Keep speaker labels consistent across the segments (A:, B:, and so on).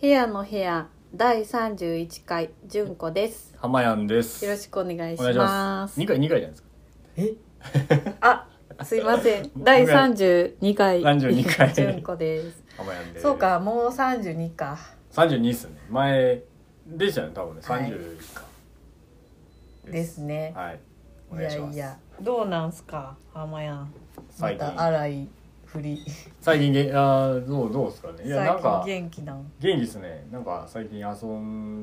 A: 部屋の部屋第31回純子です
B: 浜やんです。
A: よろしくお願いし
B: お願いし
A: ま
B: ますす。二回、二回じゃないですか。
C: え
A: あすいません第32回
B: 32回
A: 純子です
B: 浜やんです。
A: そう。かもう32か
B: 三十二っすね。前。でしたよね、多分ね、
A: はい
B: 三十一か。
A: です。ね、
B: はい。お
A: い、
B: 願い
A: や
B: します。
A: いやどうなんすかあまやんま
B: 最
A: た
B: 近。
A: 荒いふり
B: 最近げ、あー、どう、どうですかね。いや、な
A: 最
B: んか
A: 近。元気なん
B: 元気ですね。なんか、最近遊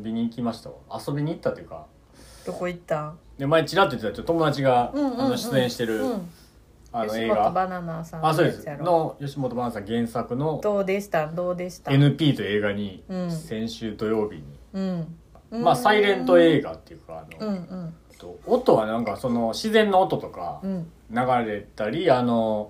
B: びに行きましたわ。遊びに行ったというか。
A: どこ行ったん
B: で、前ちらっと言ってた、ちょっと友達が、あ
A: うんうんうん
B: の、出演してる
A: う、ん、
B: あの、
A: 吉
B: 映
A: 本
B: 画。
A: バナナさん
B: あ、そうで
A: や
B: す
A: つ。やろ
B: の、吉本ばなさん原作の。
A: どうでしたんどうでした
B: NP という映画に
A: うん
B: 先週土曜日に、
A: うん
B: まあサイレント映
A: 画
B: 画っていうかあの、
A: うんうん
B: えっと音はなんかその自然の音とか
A: うん
B: 流れたりあの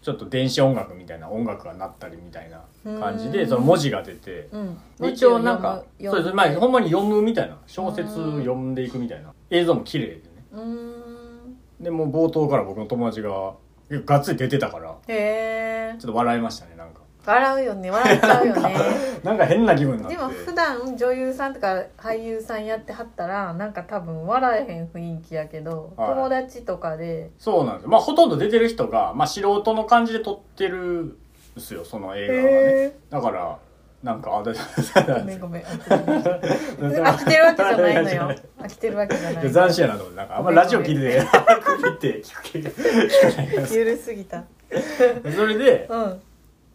B: ちょっと電子音楽みたいな音楽が鳴ったりみたいな感じ
A: う
B: で
A: ん
B: その文字が出て
A: うん
B: 一応なんか
A: 文字を読む
B: そうです、まあ、ほんまに読むみたいな小説
A: うん
B: 読んでいくみたいな映像も綺麗でね
A: うーん
B: でもう冒頭から僕の友達が結構がっつり出てたから
A: へえ
B: ちょっと笑いましたねなんか
A: 笑うよ ね笑っちゃうよね
B: なんか変な気分になっ
A: で
B: て
A: も普段女優さんとか俳優さんやってはったらなんか多分笑えへん雰囲気やけど、
B: はい
A: 友達とかで
B: そうなんですよまあほとんど出てる人が、まあ、素人の感じで撮ってるんですよその映画はね
A: へ
B: だからなんかあ だ
A: えごめんごめん飽きて る飽きてるわけじゃないのよ飽きてるわけじゃない
B: 斬新やなと思ってなんかあんまラジオ聞 いてて早く見て聞く気が聞かないから
A: ゆるすぎた
B: それで
A: うん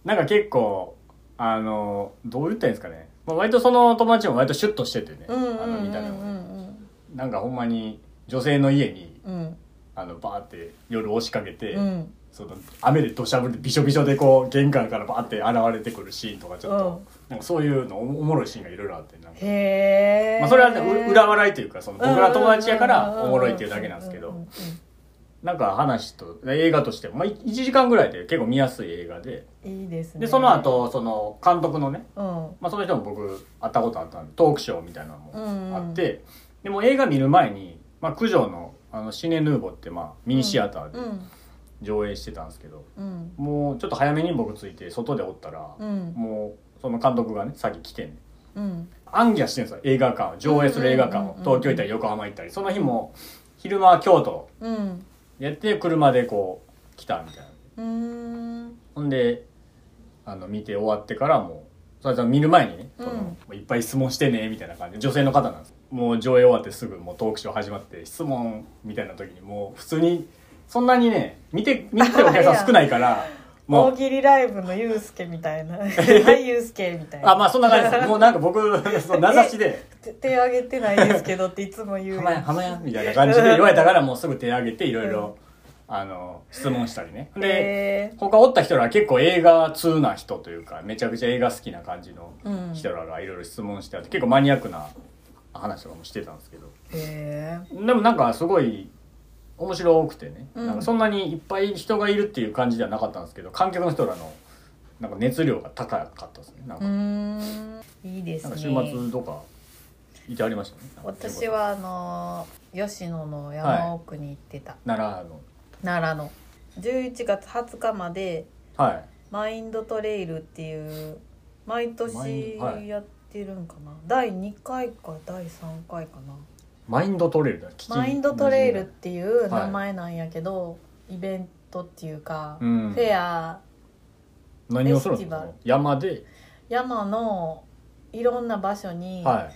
B: なんか結構あのどう言ったらいいんですかね、まあ、割とその友達も割とシュッとしててね、
A: うんうん
B: あ
A: うん
B: の
A: うん
B: 見た目もねなんかほんまに女性の家に
A: うん
B: あのバーって夜押しかけて、
A: うん
B: その雨で土砂降りでびしょびしょでこう玄関からバーって現れてくるシーンとかちょっと、
A: うん
B: なんかそういうのおもおもろいシーンがいろいろあってなんか
A: へえ
B: まあ、それはねう裏笑いというかその僕ら友達やか
A: うんうん
B: ら
A: うんうん
B: おもろいっていうだけなんですけ
A: うんうんう
B: ど
A: ん
B: なんか話と映画としても、まあ、1時間ぐらいで結構見やすい映画で
A: いいですね
B: でその後その監督のね、
A: うん
B: まあ、その人も僕会ったことあったんでトークショーみたいなのも
A: うん
B: あって、でも映画見る前に、まあ、九条のあのシネヌーボってまあミニシアター
A: う
B: で
A: ん
B: 上映してたんですけど、
A: うん
B: もうちょっと早めに僕着いて外でおったら、
A: うん
B: もうその監督がねさっき来てんね
A: うん
B: アンギャしてるんですよ映画館を上映する映画館
A: うんうん
B: を
A: うんうん
B: 東京行ったり横浜行ったりその日も昼間は京都
A: うん
B: やって車でこう来たみたいな
A: うーん
B: ほんであの見て終わってからもうそれさん見る前にねその、
A: うん
B: もういっぱい質問してねみたいな感じで女性の方なんですもう上映終わってすぐもうトークショー始まって質問みたいな時にもう普通にそんなにね見て見てるお客さん少ないから もう
A: 大喜利ライブのユうスケみたい なはいユうスケみたいな
B: あまあそんな感じですもうなん か僕そう名指しで
A: 手手挙げてないですけどっていつも言う
B: 「
A: や ん
B: 浜や浜や」みたいな感じで言われたからもうすぐ手挙げていろいろあの質問したりねで
A: へ
B: 他おった人らは結構映画通な人というかめちゃくちゃ映画好きな感じの
A: ーうん
B: 人らがいろいろ質問してあって結構マニアックな話とかもしてたんですけど
A: へー
B: でもなんかすごい面白くてね、
A: うん
B: なんかそんなにいっぱい人がいるっていう感じではなかったんですけど観客の人らのなんか熱量が高かったですねなん
A: う
B: か,、
A: ーんいいです
B: なん
A: ね
B: か週末とかいてありましたねなんか
A: 私はあの吉野の山奥に行ってた、
B: 奈良の
A: 奈良の11月20日まで
B: はい
A: マインドトレイルっていう毎
B: マイ
A: 年
B: ンドはい
A: やってるんかな、第2回か第3回かな
B: マインドトレイルだ聞き
A: マインドトレイルっていう名前なんやけど、イベントっていうか、
B: うん
A: フェア
B: 何をするんです
A: フェスティバ
B: か
A: ル
B: 山で、
A: 山のいろんな場所に、
B: はい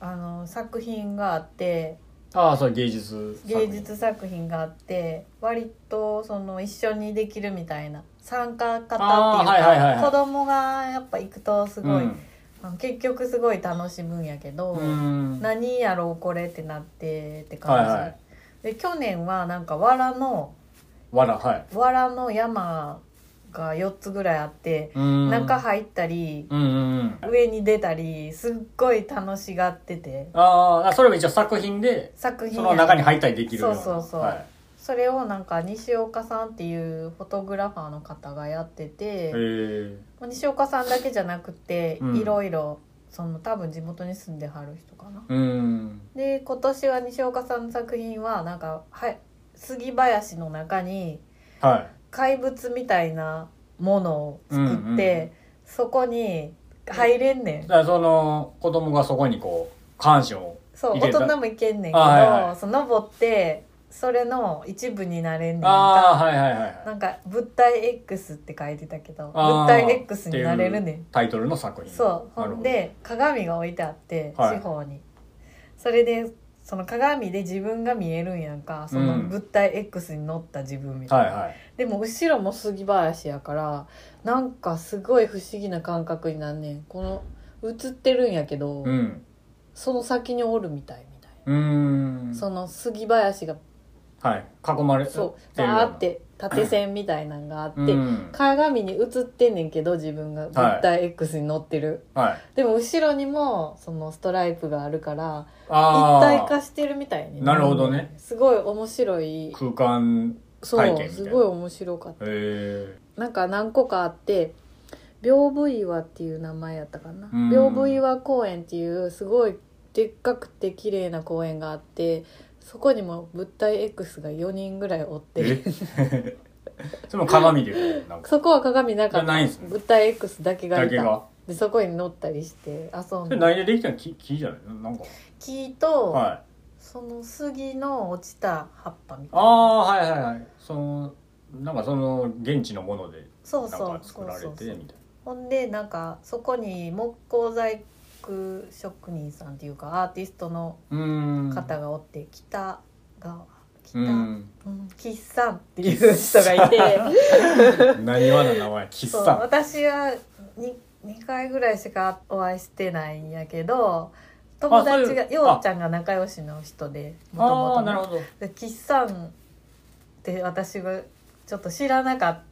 A: あの作品があって
B: ああそう芸術作
A: 芸
B: 品
A: 術作品があって割とその一緒にできるみたいな参加型っていうか、
B: あーはいはいはいはい
A: 子供がやっぱ行くとす
B: う
A: ごい、
B: ん
A: あの結局すごい楽しむんやけど、
B: うん
A: 何やろうこれってなってって感
B: はい
A: じ、
B: はい
A: で去年はなんかわらの
B: わらはい
A: わらの山が4つぐらいあって、
B: うん
A: 中入ったり、
B: うんうんうん
A: 上に出たりすっごい楽しがってて
B: ああそれも一応作品で
A: 作品
B: そ
A: や
B: の中に入ったりできるような
A: そうそうそう
B: はい、
A: それをなんか西岡さんっていうフォトグラファーの方がやって
B: え
A: て
B: ー、
A: 西岡さんだけじゃなくて
B: うん
A: いろいろその多分地元に住んではる人かな。
B: うん
A: で今年は西岡さんの作品はなんかはい杉林の中に
B: はい
A: 怪物みたいなものを作って、
B: うんうん
A: そこに入れんねん
B: だからその子供がそこにこう感謝を
A: そう
B: 入
A: 大
B: れた
A: 人もいけんねんけど、
B: あはいはい
A: そう登ってそれの一部になれんねん
B: ああ
A: か
B: はいはいはいはい
A: なんか物体 X って書いてたけど
B: あー
A: 物体 X になれるね
B: ってい
A: ん
B: うタイトルの作品
A: そうほ
B: なる
A: ん
B: ほど
A: で鏡が置いてあって、
B: はい
A: 四方にそれでその鏡で自分が見えるんやんかその
B: うん
A: 物体 X に乗った自分みたい
B: は
A: な、
B: いはい
A: でも後ろも杉林やからなんかすごい不思議な感覚になんねんこの映ってるんやけど、
B: うん
A: その先におるみたいみたいな、
B: うーん
A: その杉林が
B: はい囲まれ
A: そう
B: いうよ
A: バ
B: うな
A: ーって縦線みたいなんがあって、
B: うん
A: 鏡に映ってんねんけど自分が物体 X に乗ってる、
B: はい
A: でも後ろにもそのストライプがあるから一
B: あー
A: 体化してるみたいね
B: なるほどね
A: すごい面白い
B: 空間
A: そ
B: 体験みたいう
A: す
B: な
A: ごい面白かった
B: え
A: なんか何個かあって屏風岩っていう名前やったかな
B: うん
A: 屏風岩公園っていうすごいでっかくて綺麗な公園があってそこにも物体 X が4人ぐらいおっ
B: ー、
A: て
B: えそれも鏡でこうなんか
A: そこは鏡なかった
B: ないんすね
A: 物体 X だけが
B: だ
A: い
B: け
A: た
B: が
A: でそこに乗ったりして遊ん
B: それ
A: で
B: 何でできたの木木じゃないななんか
A: 木と、
B: はい
A: その杉の落ちた葉っぱみたい
B: あ
A: な
B: あはいはいはいそのなんかその現地のもので
A: そ
B: な
A: うんそ
B: か
A: う
B: 作
A: そう
B: られ
A: そう
B: てみたい
A: ほんでなんかそこに木工細工職人さんっていうかアーティストの
B: なうーん
A: 方がおって北川北、
B: う
A: うん岸さんっていう人がい て
B: 何話の名前
A: そ
B: 喫
A: う
B: 茶
A: 私は 2, 2回ぐらいしかお会いしてないんやけど友達が
B: あそういう
A: ようちゃんが仲良しの人でもと
B: ああ
A: も
B: ー
A: と
B: なるほど
A: で岸さんって私がちょっと知らなかった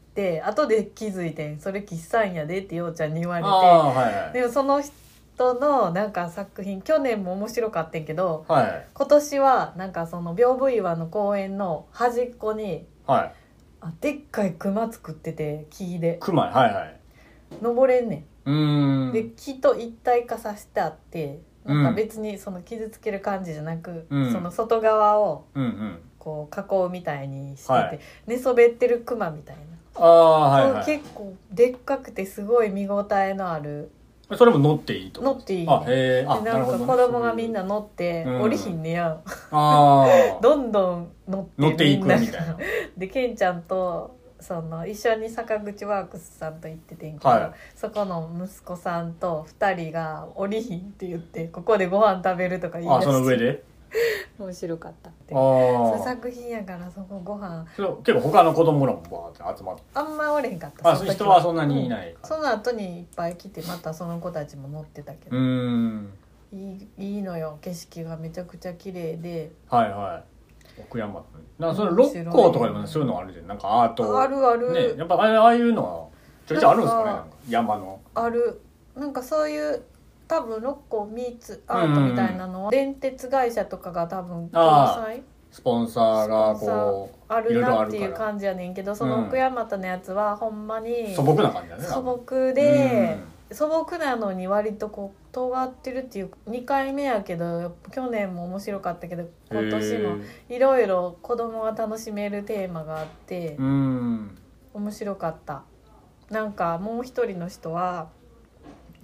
A: 後で気づいてん「それ岸さんやで」ってようちゃんに言われて
B: ああーはいはい
A: でもその人のなんか作品去年も面白かったんやけど
B: はい
A: 今年はなんかその屏風岩の公園の端っこに
B: はい
A: あでっかい熊作ってて木で
B: 熊はいはいう
A: 登れんね
B: ーん
A: ん。で木と一体化させてあってなんか別にその傷つける感じじゃなく、
B: うん
A: その外側を
B: うんうん
A: こう囲うみたいにしてて、
B: はい
A: 寝そべってるクマみたいな、
B: ああはいはい
A: 結構でっかくてすごい見応えのある
B: それも乗っていいと
A: 乗っていい
B: あ
A: ね
B: へえあ
A: でなんか
B: るほどね
A: 子供がみんな乗って
B: うん
A: 降りひんねやん
B: ああ
A: どんどん乗って
B: 乗っていくみたい
A: みん
B: な
A: が でケンちゃんとその一緒に坂口ワークスさんと行っててんけど、
B: はい
A: そこの息子さんと2人が「降りひん」って言って「ここでご飯食べる」とか言い
B: あ
A: 出
B: その上
A: して
B: で
A: 面白かったって
B: あ
A: そう
B: あ
A: 作品やからそこご飯
B: そう結構他の子供らもバーって集まって
A: あんまおれへんかった
B: あ
A: そ
B: そう
A: の
B: い
A: 時
B: う人はそんなにいない
A: そ
B: か
A: の後にいっぱい来てまたその子たちも乗ってたけ
B: う
A: ど、
B: ーん
A: いいいいのよ景色がめちゃくちゃ綺麗で
B: はいはい奥山ってねなんかその
A: 面白い
B: 六甲とかでもねそういうのあるじゃんなんかアート
A: あるある、
B: ねやっぱあれああいうのはちょいちょいあるんですかね
A: なんか
B: なんか山の
A: あるなんかそういう多分六甲ミーツアートみたいなのは、電鉄会社とかが多分
B: あー
A: 共済
B: スポンサーが
A: スポ
B: こ
A: ある
B: いろいろ
A: な
B: あ
A: っ
B: る
A: て
B: から
A: いう感じやねんけどそ
B: うん
A: の奥山田のやつはほんまに
B: う素朴な感じだね
A: 素朴で、素朴なのに割とこう尖ってるっていう2回目やけどやっぱ去年も面白かったけど
B: うん
A: 今年
B: へ
A: も
B: ー
A: いろいろ子供が楽しめるテーマがあって
B: うん
A: 面白かったなんかもう一人の人は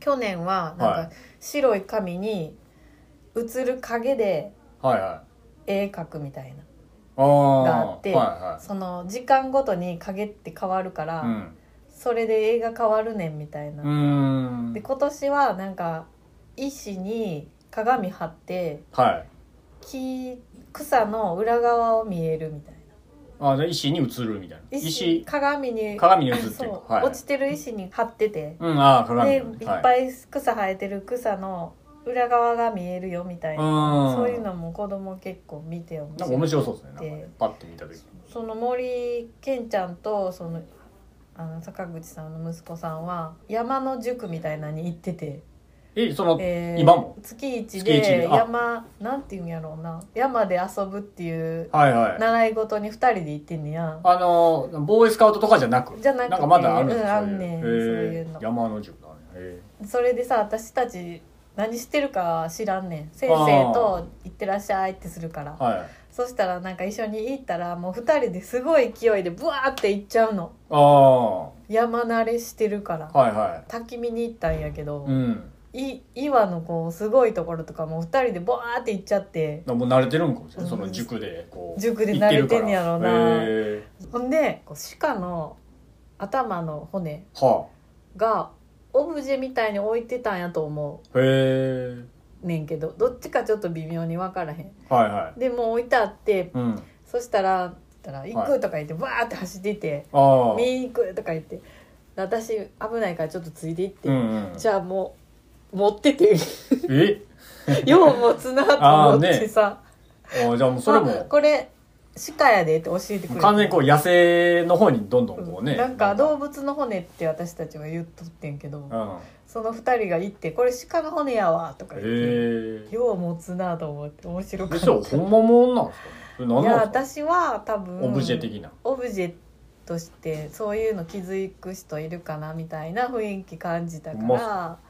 A: 去年はな
B: は
A: ん
B: い
A: か白い紙に映る影で
B: はいはい
A: 絵描くみたいな
B: あー
A: があって
B: は
A: その時間ごとに影って変わるか
B: い
A: ら、
B: はい
A: それで絵が変わるねんみたいな、
B: うんう
A: で
B: ん
A: 今年はなんか石に鏡貼って
B: はい
A: 木草の裏側を見えるみたい
B: あじゃあ石に映るみたいな
A: な
B: 石
A: 鏡に
B: 鏡に映ってる
A: そう、
B: はい
A: 落ちてる石に貼ってて、
B: うんああ
A: で
B: 鏡
A: いっ
B: にはい
A: ぱい草生えてる草の裏側が見えるよみたいな、
B: うん
A: そういうのも子供結構見て面
B: なん
A: 白
B: か
A: い
B: 面白そうですねなんか
A: で
B: ねパッて見た時
A: その森健ちゃんとそのあの坂口さんの息子さんは山の塾みたいなのに行ってて、
B: えその
A: えー
B: 今も
A: 月一
B: 月一
A: で
B: であ
A: 山なんていうんやろうな山で遊ぶっていう
B: はいはい
A: 習い事に2人で行ってんねや
B: あのボーイスカウトとかじゃなく
A: じゃなくて
B: んかまだあるんです
A: うん
B: か
A: あんねん
B: そういう
A: そうい
B: へ
A: う
B: ー
A: の
B: 山の塾だねへ
A: それでさ私たち何してるか知らんねん先生と「行ってらっしゃい」ってするから
B: ーはい
A: そしたらなんか一緒に行ったらもう2人ですごい勢いでブワーって行っちゃうの
B: ああは
A: 山慣れしてるから、
B: いは
A: 焚き見に行ったんやけど、
B: いうん
A: い岩のこうすごいところとかもう2人でブワーって行っちゃって
B: もう慣れてるんかもしれない、
A: うん
B: その塾でこう
A: 塾で慣れてんねやろうな
B: 行ってる
A: ほんでこう鹿の頭の骨
B: からへ
A: がオブジェみたいに置いてたんやと思
B: えはあへ
A: うねんけどどっちかちょっと微妙に分からへん
B: えはいはい
A: でもう置いてあって
B: うん
A: そしたら「たら行く」とか言ってバーって走ってて
B: あ
A: 「
B: あ
A: 見に行く」とか言って私危ないからちょっとついていって、
B: うんうん、
A: じゃあもう 持ってて
B: え
A: よう持つなと思ってさ、
B: あじゃあもうそれ
A: あ
B: も
A: これ鹿やでって教えてくれて
B: 完全にこう野生の方にどんどんこうね、
A: なんか動物の骨って私たちは言っとってんけど、
B: うんへ
A: その二人が行って「これ鹿の骨やわ」とか言って、
B: え
A: よう持つなと思って面白かっ
B: でしょ
A: た
B: ほんまもんなんですかそれ何
A: いや
B: なんですか
A: 私は多分
B: オブジェ的な
A: オブジェとしてそういうの気づく人いるかなみたいな雰囲気感じたから、
B: う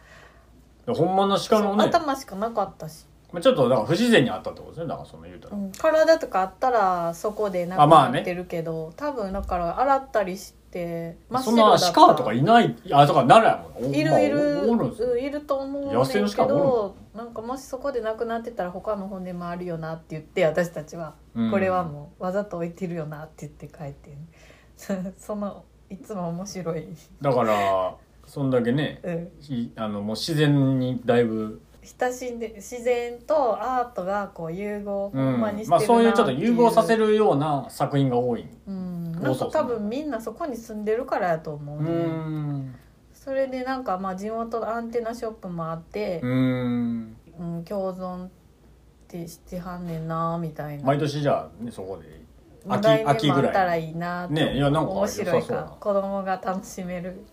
B: ほんまの鹿の
A: そう
B: ね
A: 頭しかなかったし、
B: まあちょっとだから不自然にあったってことですねだからその言うた
A: う
B: ら、
A: ん体とかあったらそこでな
B: あ
A: く
B: まあ
A: な
B: ね
A: ってるけど、多分だから洗ったりして
B: そんな鹿とかいないあとか奈良やもん
A: いるい
B: まあ
A: る、
B: おおるんですよ
A: うんいると思うねん
B: 野生の
A: け
B: 鹿お
A: どなんかもしそこでなくなってたら他の骨もあるよなって言って私たちは、
B: うん
A: これはもうわざと置いてるよなって言って帰ってんその いつも面白い、
B: だからそんだけね
A: うん、
B: いあのもう自然にだいぶ、
A: 親しんで自然とアートがこう融合を
B: う
A: ほん
B: ん
A: まにしてるな
B: まあ、そういうちょっと融合させ
A: る、
B: るような作品が多い
A: うん、なんか多分みんなそこに住んでるからやと思う
B: う
A: ね、
B: ん
A: それでなんかまあ地元のアンテナショップもあって、
B: うん
A: うん、共存ってしてはんねんなみたいな
B: 毎年じゃあ、ね、そこで
A: まあ
B: 秋
A: 来年
B: 秋
A: も
B: ぐ
A: あ
B: らい
A: ったらいいなって
B: ねいやなんか
A: 面白
B: 良
A: い
B: さそうな
A: か子供が楽しめる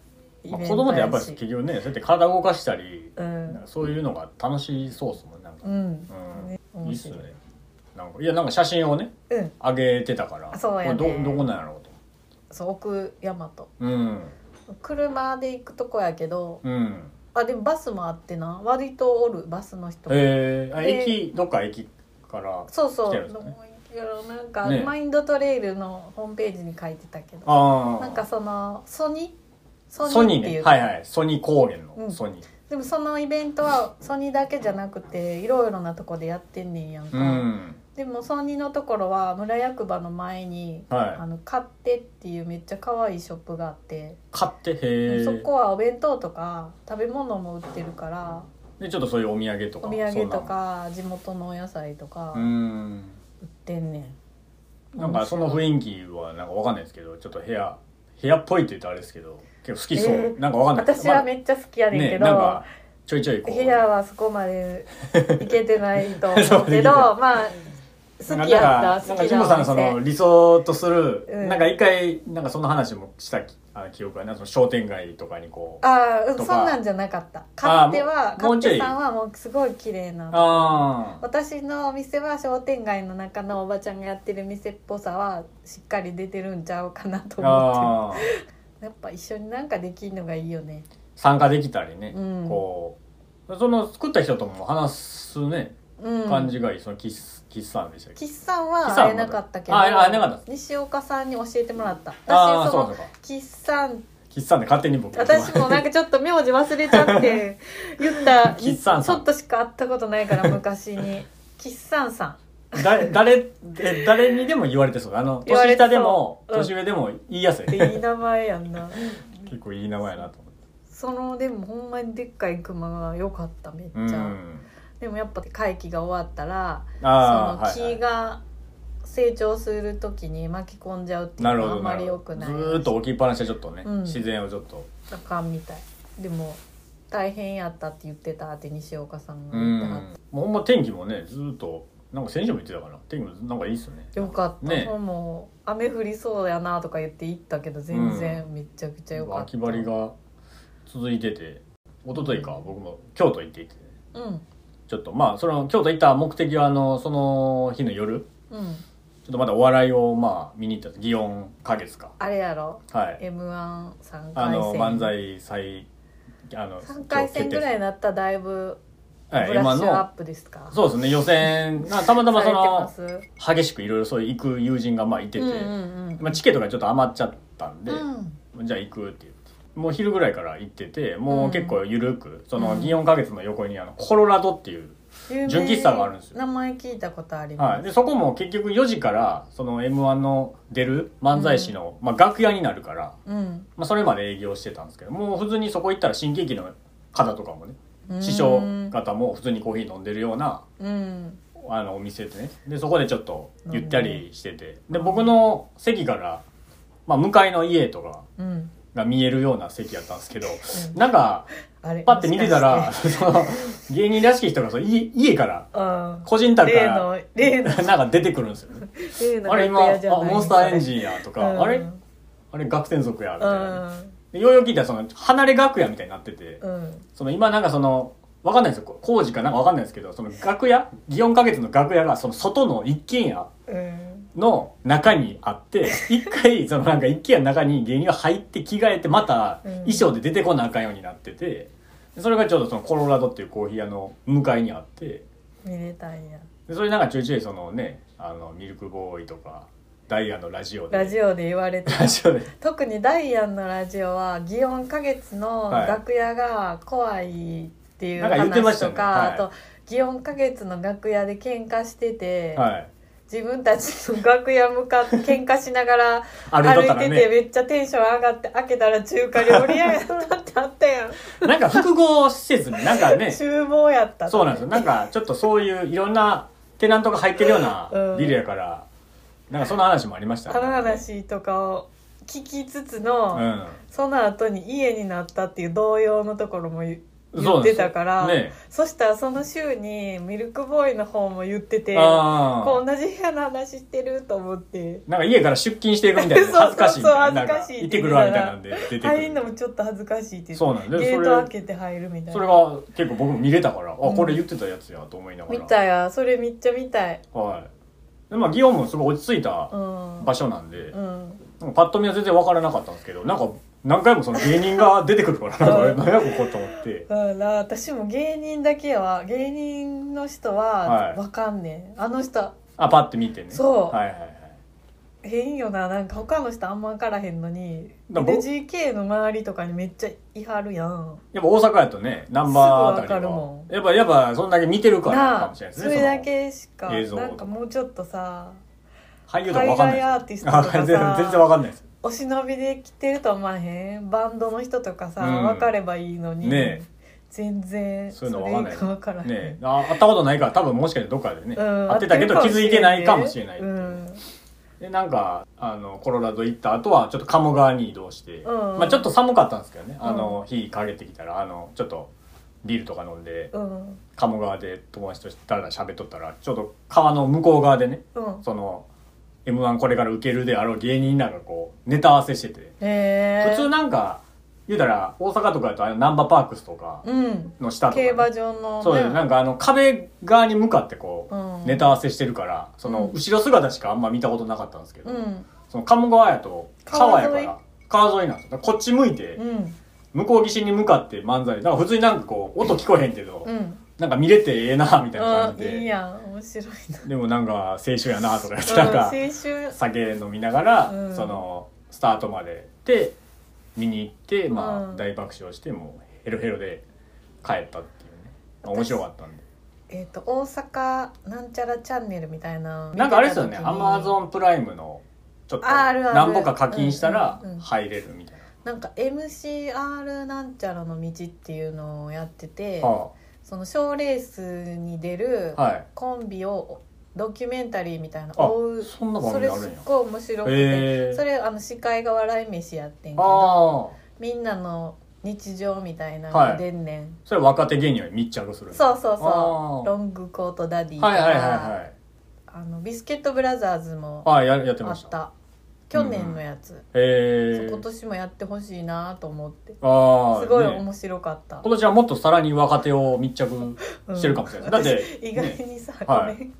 A: イベ
B: ま
A: ント
B: あ
A: やし、
B: 子供ってやっぱり結局ねそうやって体動かしたり、
A: う
B: なん
A: ん
B: かそういうのが楽しそうですもんねなんか、
A: うん、
B: うん
A: ね
B: いい
A: 面
B: っす
A: 白
B: よ
A: い
B: ねなんかいやなんか写真をね
A: うん
B: 上げてたから
A: あそうやね
B: これどどこなんやろうと
A: そう奥大和
B: うん
A: 車で行くとこやけど
B: うん
A: あでもバスもあってな割とおるバスの人も
B: えー、あ
A: で
B: 駅どっか駅から
A: そうそ
B: 来
A: う、
B: てるんで
A: ど
B: す
A: う
B: ね
A: もいいやろなんか、
B: ね
A: マインドトレイルのホームページに書いてたけど
B: ああ
A: なんかそのソニソ
B: ソニ
A: ニっ
B: ー
A: てい
B: ね
A: う
B: はいはいソニー高原
A: う
B: の
A: ん
B: ソニー
A: でもそのイベントはソニーだけじゃなくていろいろなとこでやってんねんやんか、
B: うん、
A: でもソニーのところは村役場の前に「あ
B: はい
A: の買って」っていうめっちゃ可愛いショップがあって、
B: 買ってへえ
A: そこはお弁当とか食べ物も売ってるから
B: でちょっとそういうお土産とか
A: お土
B: そ
A: 産
B: んな
A: と
B: ん
A: か地元のお野菜とか
B: うん
A: 売ってんねん、
B: なんかその雰囲気はなんかわかんないですけどちょっと部屋部屋っぽいって言うとあれですけど結構好きそう、
A: えー
B: なんかわかんないです
A: 私はめっちゃ好きや
B: まだ
A: ねんけ
B: ね
A: ど、
B: なんかちょいちょいこ
A: 部
B: う
A: 屋はそこま で行けてないと思うけど
B: そ
A: まあ
B: な
A: 好
B: ん
A: きや
B: か
A: った
B: な
A: 好
B: んか
A: き
B: ジ
A: な
B: ムさんそ
A: お店
B: の理想とする、
A: うん
B: なんか一回なんかその話もしたきあ記憶がねその商店街とかにこう
A: ああうん
B: と
A: そ
B: か
A: んなんじゃなかった勝手は
B: あもうも
A: 勝
B: うちょい
A: 手さんはもうすごい綺麗な
B: ああ
A: 私のお店は商店街の中のおばちゃんがやってる店っぽさはしっかり出てるんちゃうかなと思っ
B: ああ
A: てるやっぱ一緒になんかできるのがいいよね
B: 参加できたりね、
A: うん
B: こうその作った人とも話すね
A: うん
B: 感じがいい、その喫喫茶でしたっけ
A: 喫茶
B: 喫
A: は
B: 茶は
A: 会えなかったけど
B: あ会え会えなかったん
A: 西岡さんに教えてもらった
B: ああ
A: 私そ
B: そうか
A: の
B: そうか
A: 喫茶
B: 喫茶で勝手に僕
A: 私もなんかちょっと名字忘れちゃって 言った
B: 喫茶さん
A: ちょっとしか会ったことない から昔に喫茶さん
B: 誰誰え誰にでも言われてそうあの
A: 言われ
B: 年
A: てそう
B: 下でも、
A: うん
B: 年上でも言いやすい
A: っていい名前やんな
B: 結構いい名前やなと思って
A: そのでもほんまにでっかいクマが良かっためっちゃ、
B: うん
A: でもやっぱ会期が終わったらそ
B: あ
A: の
B: あ
A: 木
B: はい
A: が成長する時に巻き込んじゃうってい
B: な
A: う
B: る
A: のはあ
B: ほど
A: ん
B: な
A: まり
B: る
A: 良
B: ほど
A: く
B: ず
A: ない
B: ーっと置きっぱなしでちょっとね、
A: うん
B: 自然をちょっと
A: あかんみたいでも大変やったって言ってたって西岡さんが言ってはっ
B: もうほんま天気もねずーっとなんか先週も言ってたかな天気もなんかいいっすよね
A: たよかった、
B: ね
A: そうもう雨降りそうやなとか言って行ったけど全然めちゃくちゃ良かった、
B: 秋晴りが続いてて一昨日か僕も京都行っていて
A: うん
B: ちょっとまあその京都行った目的はあのその日の夜
A: うん
B: ちょっとまだお笑いをまあ見に行った祇園花月か
A: あれやろ
B: はい、
A: m 1 3
B: あ
A: 回
B: の
A: 戦
B: 漫才最あの
A: 3回戦ぐらい
B: い
A: になったらだいぶ
B: はい
A: ブラ
B: 今
A: ッシュア
B: の
A: ップですか
B: そうですね予選なたまたまその
A: されて
B: 激しくいろいろそういう行く友人がまあいてて、
A: ますうんうんうん
B: まあ、チケットがちょっと余っちゃったんで、
A: うん
B: じゃあ行くって言って。もう昼ぐらいから行ってて、もう結構ゆるく、その、
A: うん
B: 祇園花月の横に、あの、コロラドっていう、
A: 有名
B: 純喫茶があるんですよ
A: 名前聞いたことあり
B: はい。
A: ます
B: で、そこも結局4時から、その M1 の出る漫才師の、まあ、楽屋になるから、
A: うん
B: まあ、それまで営業してたんですけど、もう普通にそこ行ったら新喜劇の方とかもね、
A: うん
B: 師匠方も普通にコーヒー飲んでるような、
A: うん
B: あの、お店でね。で、そこでちょっと、ゆったりしてて。で、僕の席から、まあ、向かいの家とか
A: うん
B: が見えるような席やったんですけど、
A: ん
B: なんか、
A: あれ
B: パッて見てたら、その、芸人らしき人がその家家から、
A: うん
B: 個人宅か
A: 例
B: ら、
A: の例の
B: なんか出てくるんですよね。
A: 例の
B: あれ今、
A: 楽屋じゃない
B: あモンスターエンジンやと
A: そ
B: か、
A: うん
B: あれあれ学天族や、みたいな。
A: う
B: でようよう聞いたら、その、離れ楽屋みたいになってて、
A: んうん
B: その今なんかその、わかんないですよ。こ工事かなんかわかんないですけど、その楽屋、祇園花月の楽屋が、その外の一軒家
A: うん
B: の中にあ って、一回、そのなんか一軒家の中に芸人が入って着替えて、また
A: うん
B: 衣装で出てこなあかんようになってて、でそれがちょうどそのコロラドっていうコーヒー屋の向かいにあって、
A: 見れたんや
B: でそれなんかちょいちょいそのね、あの、ミルクボーイとか、ダイヤのラジオで。
A: ラジオで言われて
B: ラジオで。
A: 特にダイアンのラジオは祇園花月の楽屋が怖いっていう
B: はいなんか言ってま
A: 話
B: した
A: と
B: ね
A: か、
B: はい
A: あと祇園花月の楽屋で喧嘩してて、
B: はい。
A: 自分たちの楽屋向かって喧嘩しながら
B: 歩いと
A: 歩
B: っ
A: い
B: たら
A: てて
B: ね、
A: めっちゃテンション上がって開けたら中華料理屋やったってあった やん
B: なんか複合施設になんか ね、
A: 厨房やったって
B: そうなんですよ。なんか、ちょっとそういういろんなテナントが入ってるようなビルやから、なんかその話もありました
A: あの。話とかを聞きつつの、
B: うん。
A: その後に家になったっていう同様のところも言
B: そ
A: 言
B: う
A: ってたから
B: なんですよね
A: そしたらその週にミルクボーイの方も言っててこ
B: あ
A: う同じ部屋の話してると思って
B: あ。なんか家から出勤していくみたい
A: そう
B: な。
A: そう
B: 恥ずかしいみたいな。
A: そう
B: なん
A: 恥ずかしい
B: 行ってくるわみたいなんで出てく
A: 入るのも
B: る。
A: ちょっと恥ずかしいって言って
B: そうなんです
A: ゲ
B: そ
A: ート開
B: れ、
A: けて入るみたい
B: それ
A: な
B: が結構僕も見れたから、あ、
A: うん
B: これ言ってたやつやと思いなが
A: 見
B: ら。
A: たやそれめっちゃ見たい
B: はい。で、まあ、祇園もすごい落ち着いた
A: うん
B: 場所なんで、
A: うん
B: なんかパッと見は全然わからなかったんですけど、なんか、何回もその芸人が出てくるから、なんか
A: うん
B: 何やここと思って。
A: だから私も芸人だけは芸人の人は
B: はい
A: わかんねえ、あの人
B: あ、パッて見てね。
A: そう
B: はいはいはい。
A: 変よななんか他の人あんま分からへんのに
B: だから僕
A: NGK の周りとかにめっちゃいはるやん
B: やっぱ大阪やとね、ナンバーあた
A: す
B: り
A: ぐわかる
B: は
A: も。ん
B: やっぱ、やっぱ、そんだけ見てるからか
A: な
B: も
A: あ
B: しれない
A: そ
B: ですね。
A: れだ
B: の。
A: けしか
B: 映像
A: なんかもうちょっとさ
B: 俳優
A: 海
B: とかわかんない
A: 外
B: です。
A: アーティストとか
B: 全然
A: さ
B: 全然わかんないです。
A: お忍びで来てると思わへんバンドの人とかさ、
B: うん
A: 分かればいいのに、
B: ね
A: 全然
B: そういうのわかんない
A: それ以下分からへん、
B: ねえあ会ったことないから、多分もしかしてどっかでね、
A: うん、
B: 会ってたけど
A: 合
B: 気
A: っる
B: づいてないかもしれない。
A: うん
B: で、なんか、あの、コロラド行った後は、ちょっと鴨川に移動して、
A: うんうん
B: まあちょっと寒かったんですけどね、あの、日陰ってきたら、あの、ちょっと、ビールとか飲んで、
A: うん
B: 鴨川で友達とだらだら喋っとったら、ちょっと川の向こう側でね、
A: うん
B: その、M1 これから受けるであろう芸人なんかこう、ネタ合わせしてて、
A: へえ
B: 普通なんか、言うたら、大阪とかだとあの、ナンバーパークスとか
A: うん
B: の下とかね、
A: 競馬場の、ね、
B: そうです。なんかあの、壁側に向かってこう、
A: うん
B: ネタ合わせしてるから、その、
A: うん
B: 後ろ姿しかあんま見たことなかったんですけど、
A: うん
B: その、鴨川やと、川やから、川沿いなんですよ。だからこっち向いて
A: う、ん
B: 向こう岸に向かって漫才、なんか普通になんかこう、音聞こえへんけど、
A: うん
B: なんか見れてええな、みたいな感
A: う
B: じ
A: ん
B: で。
A: いいやん面白い
B: でもなんか、青春やな、とか言って、
A: な
B: なんか、
A: うん、青春
B: 酒飲みながら、
A: うん
B: そのスタートまでで見に行って、ま
A: う
B: あ、
A: ん
B: 大爆笑してもうヘロヘロで帰ったっていうねまあ面白かったんで
A: えっ、と大阪なんちゃらチャンネルみたいな
B: なんかあれですよねアマ
A: ン
B: ゾンプライムのちょっと
A: ああるある
B: 何本か課金したら
A: うんうんうん
B: 入れるみたい
A: なんか MCR なんちゃらの道っていうのをやってて、
B: な、は
A: その賞ーレースに出る
B: あ、はい
A: コンビをドキュメンタリーみたいな
B: あ
A: 追う
B: そんな番
A: そ
B: 組
A: れ
B: あ
A: す
B: る
A: っ
B: んや
A: ごい面白くて、
B: へえ
A: それあの司会が笑い飯やってんけど
B: ああ
A: みんなの日常みたいなの
B: は
A: が
B: い
A: 出んねん、
B: それ若手芸人は密着するんや
A: そうそう
B: あ
A: そ
B: ー
A: うロングコートダディとか、
B: はいはいはいはい
A: あのビスケットブラザーズも
B: ああややって
A: あ
B: ま
A: っ
B: した
A: た去年のやつ、
B: へえ
A: 今年もやってほしいなと思って
B: ああ
A: すごい
B: ね
A: 面白かった、
B: 今年はもっとさらに若手を密着
A: うん
B: してるかもしれない。だっ
A: 私
B: て、
A: 意外
B: ね
A: にさ、
B: は
A: ご
B: い
A: めん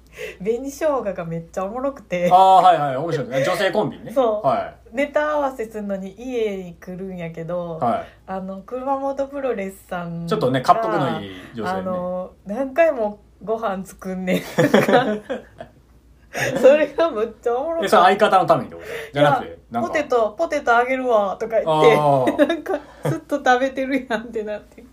A: 紅生姜がめっちゃおもろくて
B: ああ、はいはい、面白いね。女性コンビね。
A: そう
B: はい。
A: ネタ合わせするのに家に来るんやけど、
B: は
A: あの熊本プロレスさん
B: い、
A: が
B: ちょっとねカットのいい女性ね
A: あの何回もご飯作んねん それがむっちゃおもろ
B: え
A: い
B: それ相方のためにってことじゃなくてなんか
A: ポテトポテトあげるわとか言っ
B: あ
A: て
B: ー
A: なんかずっと食べてるやんってなって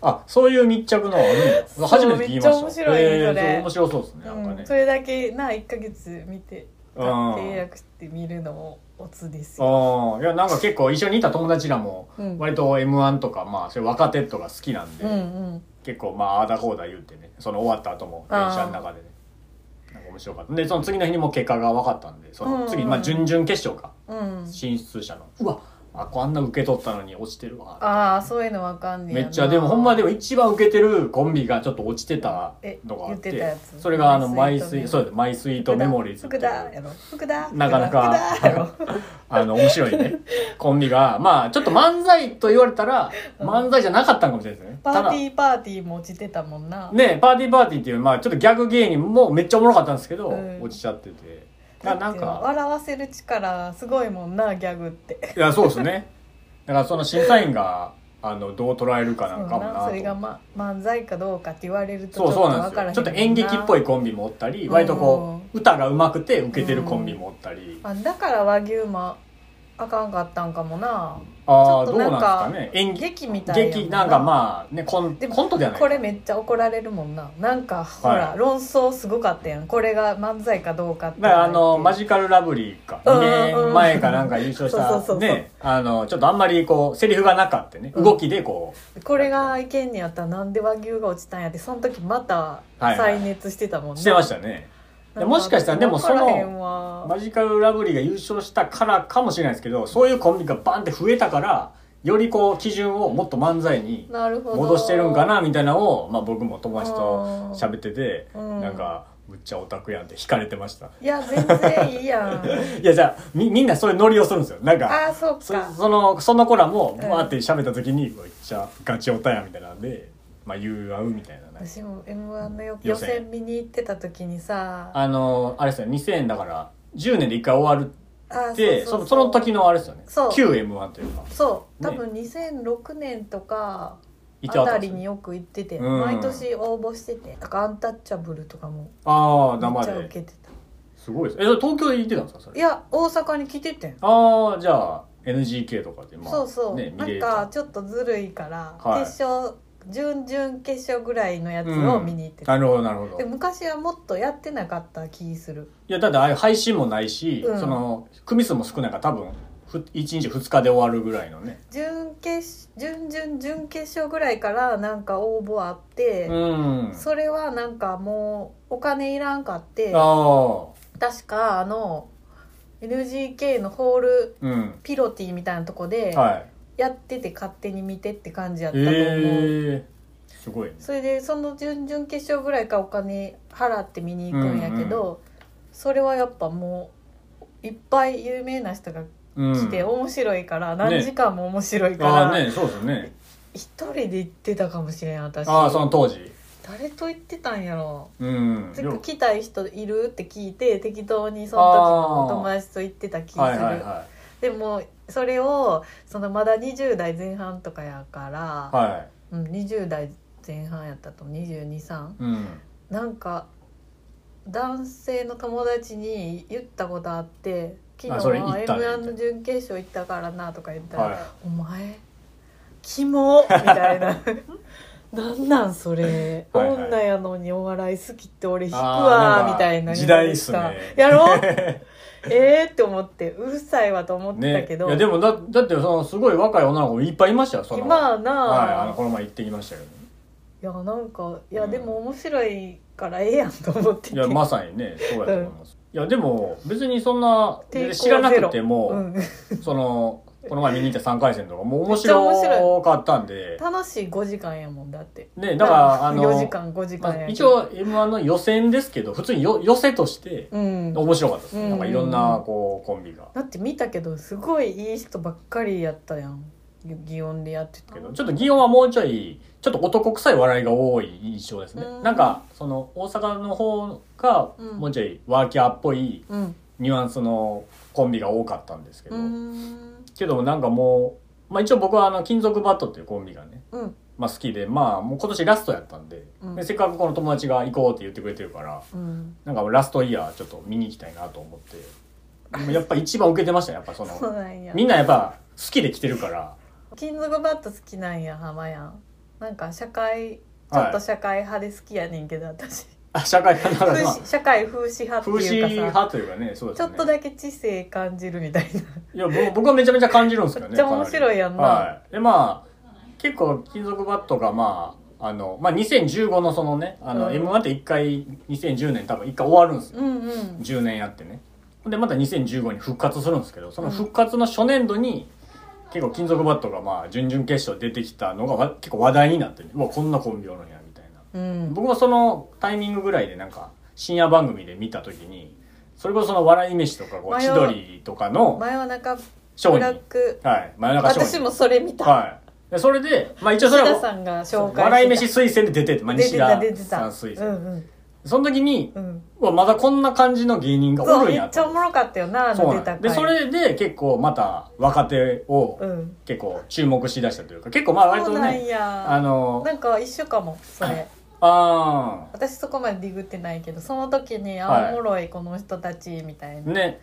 B: あそういう密着のあるん
A: そう
B: だ初めて
A: めっ
B: 聞きました
A: ちゃ面白いね
B: えー
A: それ
B: う面白そうですねなんか
A: う
B: ね
A: ん、それだけな1ヶ月見て
B: うん
A: 契約して見るのもオツですよ、
B: ああいやなんか結構一緒にいた友達らも
A: うん
B: 割と m 1とかまあそういう若手とか好きなんで、
A: うんうん、
B: 結構まああーだこうだ言ってねその終わった後も電車の中でねなんか面白かったでその次の日にも結果が分かったんでその次、
A: うん
B: まあ準々決勝か
A: うん、
B: 進出者のうわあこうあんな受け取ったのに落ちてるわ
A: ああそういうのわかんねえ
B: めっちゃでもほんま
A: で
B: でも一番受けてるコンビがちょっと落ちてたのがあって
A: え言ってたやつ
B: それがあのマイス
A: マイスイートメモリ
B: イ
A: ー
B: そう
A: 福
B: だマイスイートメモリーズっていう
A: 田やろ福田
B: なかなか
A: 福田やろ
B: あの面白いねコンビがまあちょっと漫才と言われたら
A: うん
B: 漫才じゃなかったんかもしれないですね
A: パ
B: た
A: ー
B: だ
A: ティーパーティーも落ちてたもんな、
B: ねパーティーパーティーっていうまあちょっとギャグ芸人もめっちゃおもろかったんですけど
A: うん
B: 落ちちゃってて
A: だ
B: な
A: って
B: なんか
A: 笑わせる力すごいもんなギャグって
B: いやそうですねだからその審査員があのどう捉えるかなんかも
A: そう
B: な
A: なそれが、
B: と
A: ま、漫才かどうかって言われるとち
B: そ
A: ょっ
B: う
A: と
B: そうなん
A: わ
B: です
A: からへ
B: よ
A: ん
B: ちょっと演劇っぽ
A: い、
B: いコンビもおったり割とこう歌が上手くて受けてるコンビもおったり
A: まあ、だから和牛もあかんかったんかもな
B: ああ
A: ち
B: ど
A: ょ
B: う
A: っとなんか
B: なんですかね演劇
A: 劇みたいやも
B: 劇なんかまあねコン
A: でも
B: コントじゃない
A: これめっちゃ怒られるもんななんかほら、
B: はい
A: 論争すごかったやんこれが漫才かどうかって
B: だからあのマジカルラブリーか
A: うん
B: 2年前かなんか優勝し
A: そうそうそ
B: た
A: うそう
B: ねあのちょっとあんまりこうセリフがなかったね動きでこ
A: これが意見にあったらなんで和牛が落ちたんやってその時また
B: はいはい
A: 再熱してたもん
B: う
A: ね、
B: してましたね
A: なん
B: もしかしたらでもその
A: わからへんわ
B: マジカルラブリーが優勝したからかもしれないですけどそういうコンビがバンって増えたからよりこう基準をもっと漫才に
A: なるほど
B: 戻してるんかなみたいなのをまあ僕も友達と喋ってて
A: うん
B: なんかむっちゃオタクやんって惹かれてました
A: いや全然いいやん
B: いやじゃあみみんなそういうノリをするんですよなんか
A: ああそう
B: そ
A: か
B: そのその子らも
A: うん
B: わーって喋った時に「うわめっちゃガチオタや」みたいなんでまあ言う合うみたいなね
A: 私も m 1の予
B: 予
A: 予
B: 選
A: 選見に行ってた時にさ
B: あのあれですよね2000円だから10年で1回終わる
A: あ
B: ってそのその時のあれですよね
A: そう
B: 旧 m 1というか
A: そう多
B: ね
A: 分2006年とか
B: い
A: あ
B: てあった
A: た
B: んで
A: り
B: すよ
A: によく行ってて
B: うん
A: 毎年応募しててなんかアンタッチャブルとかも
B: ああ
A: めっ
B: 生
A: ちゃ受
B: で
A: けてた
B: すごいですえそれ東京で行ってたんですかそ
A: い
B: れ
A: や大阪に来ててん
B: ああじゃあ NGK とかでまあ
A: そうそう、
B: ね
A: な
B: 見れ
A: ん
B: る
A: かちょっとずるいから、
B: はい
A: 決勝準々決勝ぐらいのやつを見に行ってた、
B: なるほどなるほど
A: で
B: い
A: 昔はもっとやってなかった気する
B: やだってああいう配信もないし、
A: うん
B: その組数も少ないから多分ふ1日2日で終わるぐらいのね
A: 準決準々準決勝ぐらいからなんか応募あって、
B: うん
A: それはなんかもうお金いらんかって
B: あ
A: 確かあの NGK のホール
B: あうん
A: ピロティみたいなとこで
B: はい
A: やってて勝手に見てって感じやったと思う、
B: ええすごいね
A: それでその準々決勝ぐらいからお金払って見に行くんやけど、
B: うん
A: それはやっぱもういっぱい有名な人が
B: うん
A: 来て面白いから、
B: ね
A: 何時間も面白いか
B: ああ
A: ら、
B: ねそうですね
A: 一人で行ってたかもしれん私
B: ああその当時
A: 誰と行ってたんやろ
B: うん
A: つ
B: よ
A: 来たい人いるって聞いて適当にその時のお友達と行ってた気する、
B: はいはいは
A: でもそれをそのまだ20代前半とかやから、
B: いはい
A: うん、20代前半やったと2223
B: うん
A: なんか男性の友達に言ったことあって「昨
B: あ
A: 日
B: そ
A: は
B: れ言った
A: m
B: ね
A: 1の準決勝行ったからな」とか言ったら「
B: は
A: お前キモ!」みたい な 「なんなんそれ
B: はいはい
A: 女やのにお笑い好きって俺引く
B: あーなん
A: わ」
B: か
A: みたいな
B: 時代っすね
A: や ろえーって思ってうるさいわと思って
B: い
A: た
B: ね
A: け
B: い
A: ど、
B: やでもだだってそのすごい若い女の子いっぱいいましたよその
A: 今はな
B: はいあのこの前行ってきましたけど
A: いやなんかいや、
B: うん
A: でも面白いからええやんと思ってて
B: いやまさにねそうやと思いますいやでも別にそんな知らなくて
A: う
B: も
A: ん、
B: そのこの前見に行った3回戦とかもう面
A: めっちゃ面白
B: 白かったんで
A: 楽しい5時間やもんだって
B: ねだからあの
A: 4時間5時
B: ま
A: 間やけど、
B: あ、一応 m 1の予選ですけど普通によ寄せとして
A: うんだ
B: 面白かったです、
A: うん
B: なんかいろんなこうコンビが。
A: って見たけどすごいいい人ばっかりやったやん祇園でやってた
B: けどちょっと祇園はもうちょいちょっと男臭い笑いが多い印象ですね、
A: うん
B: なんかその大阪の方が
A: うん
B: もうちょいワーキャーっぽい
A: うん
B: ニュアンスのコンビが多かったんですけど、
A: うん
B: けどなんかもう、まあ、一応僕はあの金属バットっていうコンビがね、
A: うん
B: まあ、好きでまあもう今年ラストやったんで,、
A: うん
B: でせっかくこの友達が行こうって言ってくれてるから
A: うん
B: なんかラストイヤーちょっと見に行きたいなと思ってでもやっぱ一番受けてましたねやっぱその
A: そうなんや
B: みんなやっぱ好きで来てるから
A: 金属バット好きなんや浜やんなんか社会ちょっと社会派で好きやねんけど、私
B: あ社会派だか
A: 風
B: ら、まあ
A: 刺社会風刺派って
B: 風
A: い
B: 刺
A: うかさ
B: 派というかねそうです
A: ちょ
B: ね
A: っとだけ知性感じるみたいない
B: や僕僕はめちゃめちゃ感じるんですけどね
A: めっちゃ面白いやんな
B: かなりはい、でまあ結構金属バットがまああの、まあ、2015のそのねあの、
A: うん
B: m 1って1回2010年多分1回終わるんですよ
A: うんうん
B: 10年やってねでまた2015に復活するんですけどその復活の初年度に、結構金属バットがまあ準々決勝出てきたのがわ結構話題になってねうわこんなコンビおるんやみたいな
A: うん
B: 僕もそのタイミングぐらいでなんか深夜番組で見た時にそれこそその笑い飯とかこう
A: 迷
B: 千
A: う
B: 鳥とかの
A: 真夜中
B: ショ
A: ブ
B: ー
A: ラッ
B: に
A: ク
B: はい真夜中ショーに
A: 私もそれ見た、
B: はいでそれでまあ一応それ
A: 石田
B: は
A: さんが
B: そう
A: 紹介して
B: 笑い飯推薦で出てて、まあ、
A: 出
B: 西
A: てた
B: 田
A: 出て
B: さん
A: た
B: 推
A: う
B: 薦、
A: んうん
B: その時に
A: うん
B: うわまだこんな感じの芸人が
A: そう
B: おるん
A: め
B: や
A: っちゃおもろかったよなあ
B: そ
A: の
B: うな
A: 出
B: んで
A: た
B: すでそれで結構また若手を
A: うん
B: 結構注目しだしたというか結構まあ割
A: そ
B: と
A: うなん
B: ね
A: や
B: あの
A: なんか一緒かもそれ
B: あ
A: 私そこまでディグってないけどその時にあ、
B: はい
A: おもろいこの人たちみたい
B: ー
A: な
B: ね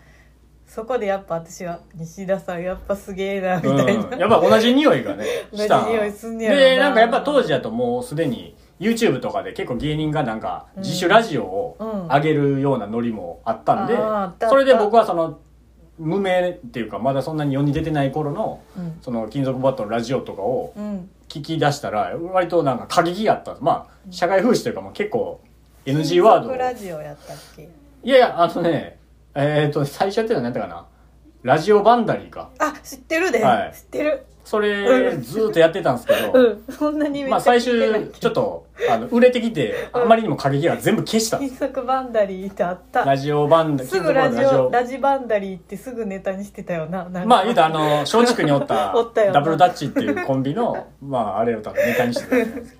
A: そこでやっぱ私は西田さんやっぱすげえなみ
B: うん
A: たいな、
B: やっぱ同じ匂いがね
A: 同じ
B: した
A: 匂いすんねやろな
B: でなんかやっぱ当時だともうすでに YouTube とかで結構芸人がなんか
A: うん
B: 自主ラジオを
A: うん
B: 上げるようなノリもあったんで、
A: あーあった
B: それで僕はその無名っていうかまだそんなに世に出てない頃の
A: うん
B: その金属バットのラジオとかを
A: うん
B: 聞き出したら割となんか過激やったんですまあ社会風刺というかもう結構 NG ワード
A: 金
B: を
A: 属ラジオやったっけ
B: いやいやあのねえっ、と最初やってたの何だったかなラジオバンダリーか
A: あ知ってるで、
B: はい
A: 知ってる
B: それずーっとやってたんですけど、
A: うんそんなにめっち
B: ま
A: ゃ
B: あ最
A: 聞いてない
B: 終ちょっとあの売れてきて
A: うん
B: あまりにも過激が全部消したんで
A: 金
B: す
A: 属バンダリーってあった
B: ラジオ版です
A: ぐラジオラジバンダリーってすぐネタにしてたよななんか
B: まあ言うたらあの松竹にお った
A: おったよな
B: ダブルダッチっていうコンビのまああれを多分ネタにしてたじゃないですか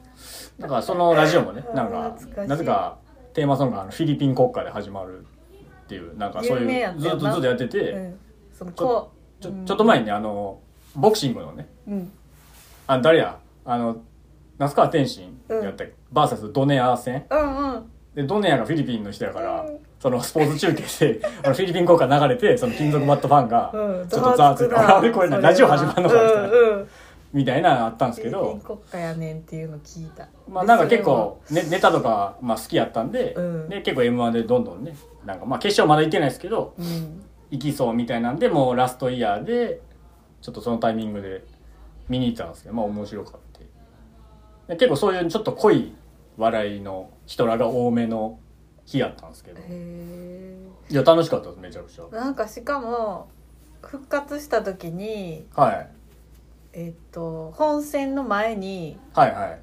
B: だからそのラジオもねなん
A: あー
B: か
A: 懐かしい
B: なぜかテーマソングがあのフィリピン国家で始まるっていうなんかそう
A: 有名
B: い
A: や
B: う
A: った
B: ずっ
A: よ
B: と
A: な
B: ずっとやってて、
A: うん、その
B: ちょ
A: こう
B: ちょちょっと前にねあのボクシングのね
A: うん
B: あ誰やあの那須川天心やったっけ、バーサスドネア戦
A: うんうん
B: でドネアがフィリピンの人やから、
A: うん
B: そのスポーツ中継 であのフィリピン国歌流れてその金属バットファンが
A: ちょっ
B: ちょっとざわついて「あれこれなラジオ始まるのか」みたい
A: う
B: な、
A: んうん、
B: みたいなのあったんですけ
A: フィリ
B: ど
A: ピン国家やねんっていうの聞いた
B: まあなんか結構ネネタとか、まあ、好きやったんで,、
A: うん
B: で結構 m 1でどんどんねなんかまあ決勝まだ行ってないですけど
A: でそれはうん
B: 行きそうみたいなんでもうラストイヤーでちょっとそのタイミングで見に行ったんですけどまあ面白かったで結構そういうちょっと濃い笑いの人らが多めの日やったんですけど
A: へ
B: いや楽しかったですめちゃくちゃ
A: えなんかしかも復活した時に
B: はい
A: えっと本戦の前に
B: はいはい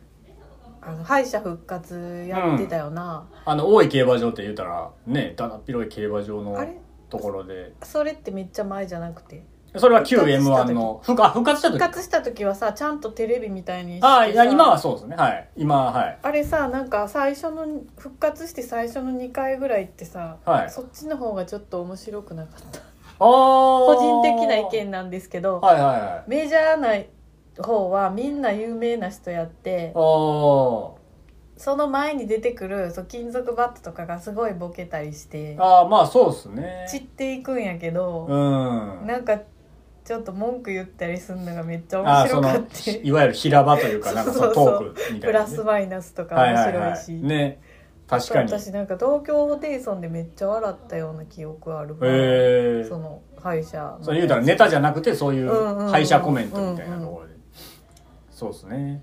A: あの敗者復活やってたよな、
B: あの大井競馬場って言ったらねだだっ広い競馬場の
A: あれ
B: ところで
A: それってめっちゃ前じゃなくて
B: それは旧 m 1の復活あ復活した
A: 復
B: 時
A: 活した時はさちゃんとテレビみたいにして
B: あ
A: さ
B: あいや今はそうですねはい今ははい
A: あれさなんか最初の復活して最初の2回ぐらいってさ、
B: はい
A: そっちの方がちょっと面白くなかった
B: あ個
A: 個人的な意見なんですけど
B: はいはいはい
A: メジャーな方はみんな有名な人やって
B: あー
A: その前に出てくるそう金属バットとかがすごいボケたりして
B: あーまあそうですね
A: 散っていくんやけど、
B: うん
A: なんかちょっと文句言ったりするのがめっちゃ
B: あ
A: 面
B: ー
A: 白
B: そ
A: かっ
B: の
A: た
B: いわゆる平場というかなんかその
A: そうそう
B: ト
A: そう
B: ークみた
A: プ
B: いなね、
A: ラスマイナスとか
B: はい
A: 面
B: はい
A: 白い
B: は
A: し、
B: いね確かに
A: 私なんか東京ホテイソンでめっちゃ笑ったような記憶あるわ
B: ええ
A: その歯医者
B: そう言うたらネタじゃなくてそうい
A: うんうんう
B: うん敗者コメントみたいなところで、そうですね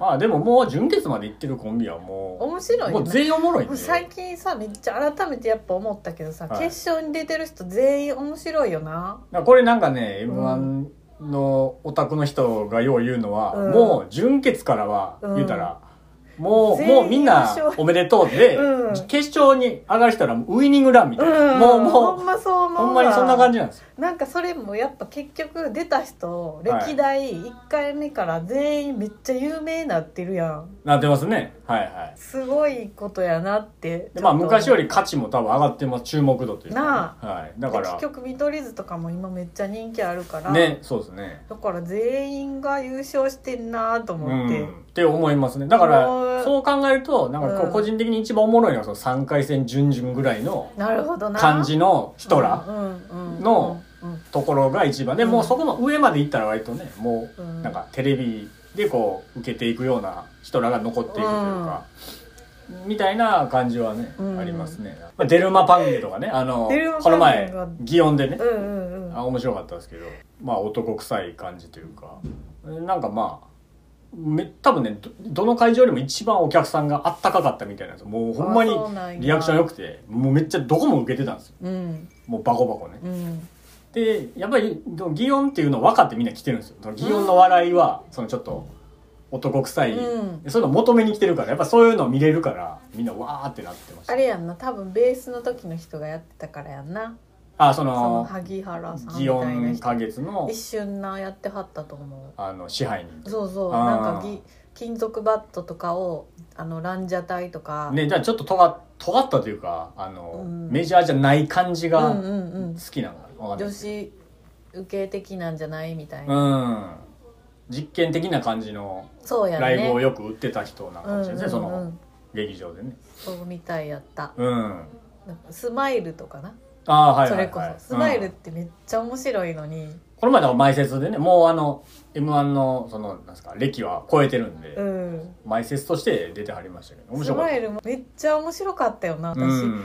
B: まあでももう準決まで行ってるコンビはも
A: 面白
B: う
A: い
B: も
A: よ
B: う
A: ね
B: 全員おもろいん
A: もう
B: で
A: 最近さめっちゃ改めてやっぱ思ったけどさ、
B: はい
A: 決勝に出てる人全員面白いよな
B: これなんかね
A: う
B: m
A: ん
B: 1のオタクの人がよう言うのは、
A: うん
B: もう準決からは
A: うん
B: 言うたら、もう、
A: 全員
B: もうみんな
A: 優勝
B: おめでとうで、
A: うん
B: 決勝に上がる人らもうウイニングランみたいな。
A: うん、
B: もう
A: ほ
B: も
A: んまそう
B: う、
A: 思うわ
B: ほんまにそんな感じなんですよ。
A: なんかそれもやっぱ結局出た人
B: はい
A: 歴代1回目から全員めっちゃ有名になってるやん
B: なってますね。はいはい。
A: すごいことやなって
B: でまあ昔よ
A: り
B: り価値も多分上がってます。注目度というかね、
A: な
B: はい。だか
A: 結
B: ら、
A: 局見取り図とかも今めっちゃ人気あるから、
B: ね、そうですね。
A: だから全員が優勝してんなと
B: う
A: 思って、
B: ん。って思いますね。だから
A: う、ん
B: そう考えると、なんかこ
A: う
B: うん個人的に一番おもろいのは、その3回戦準々ぐらいの
A: なるほどな
B: 感じの人ら。の
A: の
B: ところが一番で、
A: うん
B: もうそこの上まで行ったら割とねもう
A: うん
B: なんかテレビでこう受けていくような人らが残っていくというか、みたいな感じはね、
A: うん
B: ありますね、まあ、デルマパンゲとかねあの
A: デルマ
B: この
A: パンゲ
B: 前
A: が
B: 祇園でね、
A: うんうんうん
B: あ面白かったですけどまあ男臭い感じというかなんかまあめ多分ねどどの会場よりも一番お客さんがあったかかったみたいなんですよもうほんま
A: あそうなんや
B: にリアクション良くてもうめっちゃどこも受けてたんですよ
A: うん
B: もうバコバコね
A: うん
B: でやっぱりでも祇園っていうのを分かってみんな来てるんですよその祇園の笑いはそのちょっと男臭い、
A: うん
B: そういうの求めに来てるからやっぱそういうのを見れるからみんなわーってなってました
A: あれやんな多分ベースの時の人がやってたからやんな
B: あそ
A: その
B: の
A: 萩原さんみ
B: 祇
A: たいな
B: 園
A: 人
B: 花月の
A: 一瞬なやってはったと思
B: あの支配人
A: うそうそう
B: あー
A: なんかぎ金属バットとかをあのランジャタイとか、
B: ねじゃあちょっと尖っ尖ったというかあの、
A: うん
B: メジャーじゃない感じ
A: う
B: が
A: んう
B: 好
A: んうん
B: きなのかなわかんない
A: 女子受け的なんじゃないみたいな、
B: うん実験的な感じの
A: そうやね
B: ライブをよく売ってた人なのかもしれないですね、
A: うんうんうん
B: その劇場でね
A: そうみたいやった
B: うん
A: なんかスマイルとかな、
B: ああーはいはい、はい、
A: それこそスマイル
B: う
A: っ
B: ん
A: てめっちゃ面白いのに、
B: この前の前説でね、もうあの、M1 の、その、なんですか、歴は超えてるんで、
A: うん、
B: 前説として出てはりましたけど、面
A: ス
B: 白かっ
A: マ
B: た。
A: イルもめっちゃ面白かったよな私、
B: うん。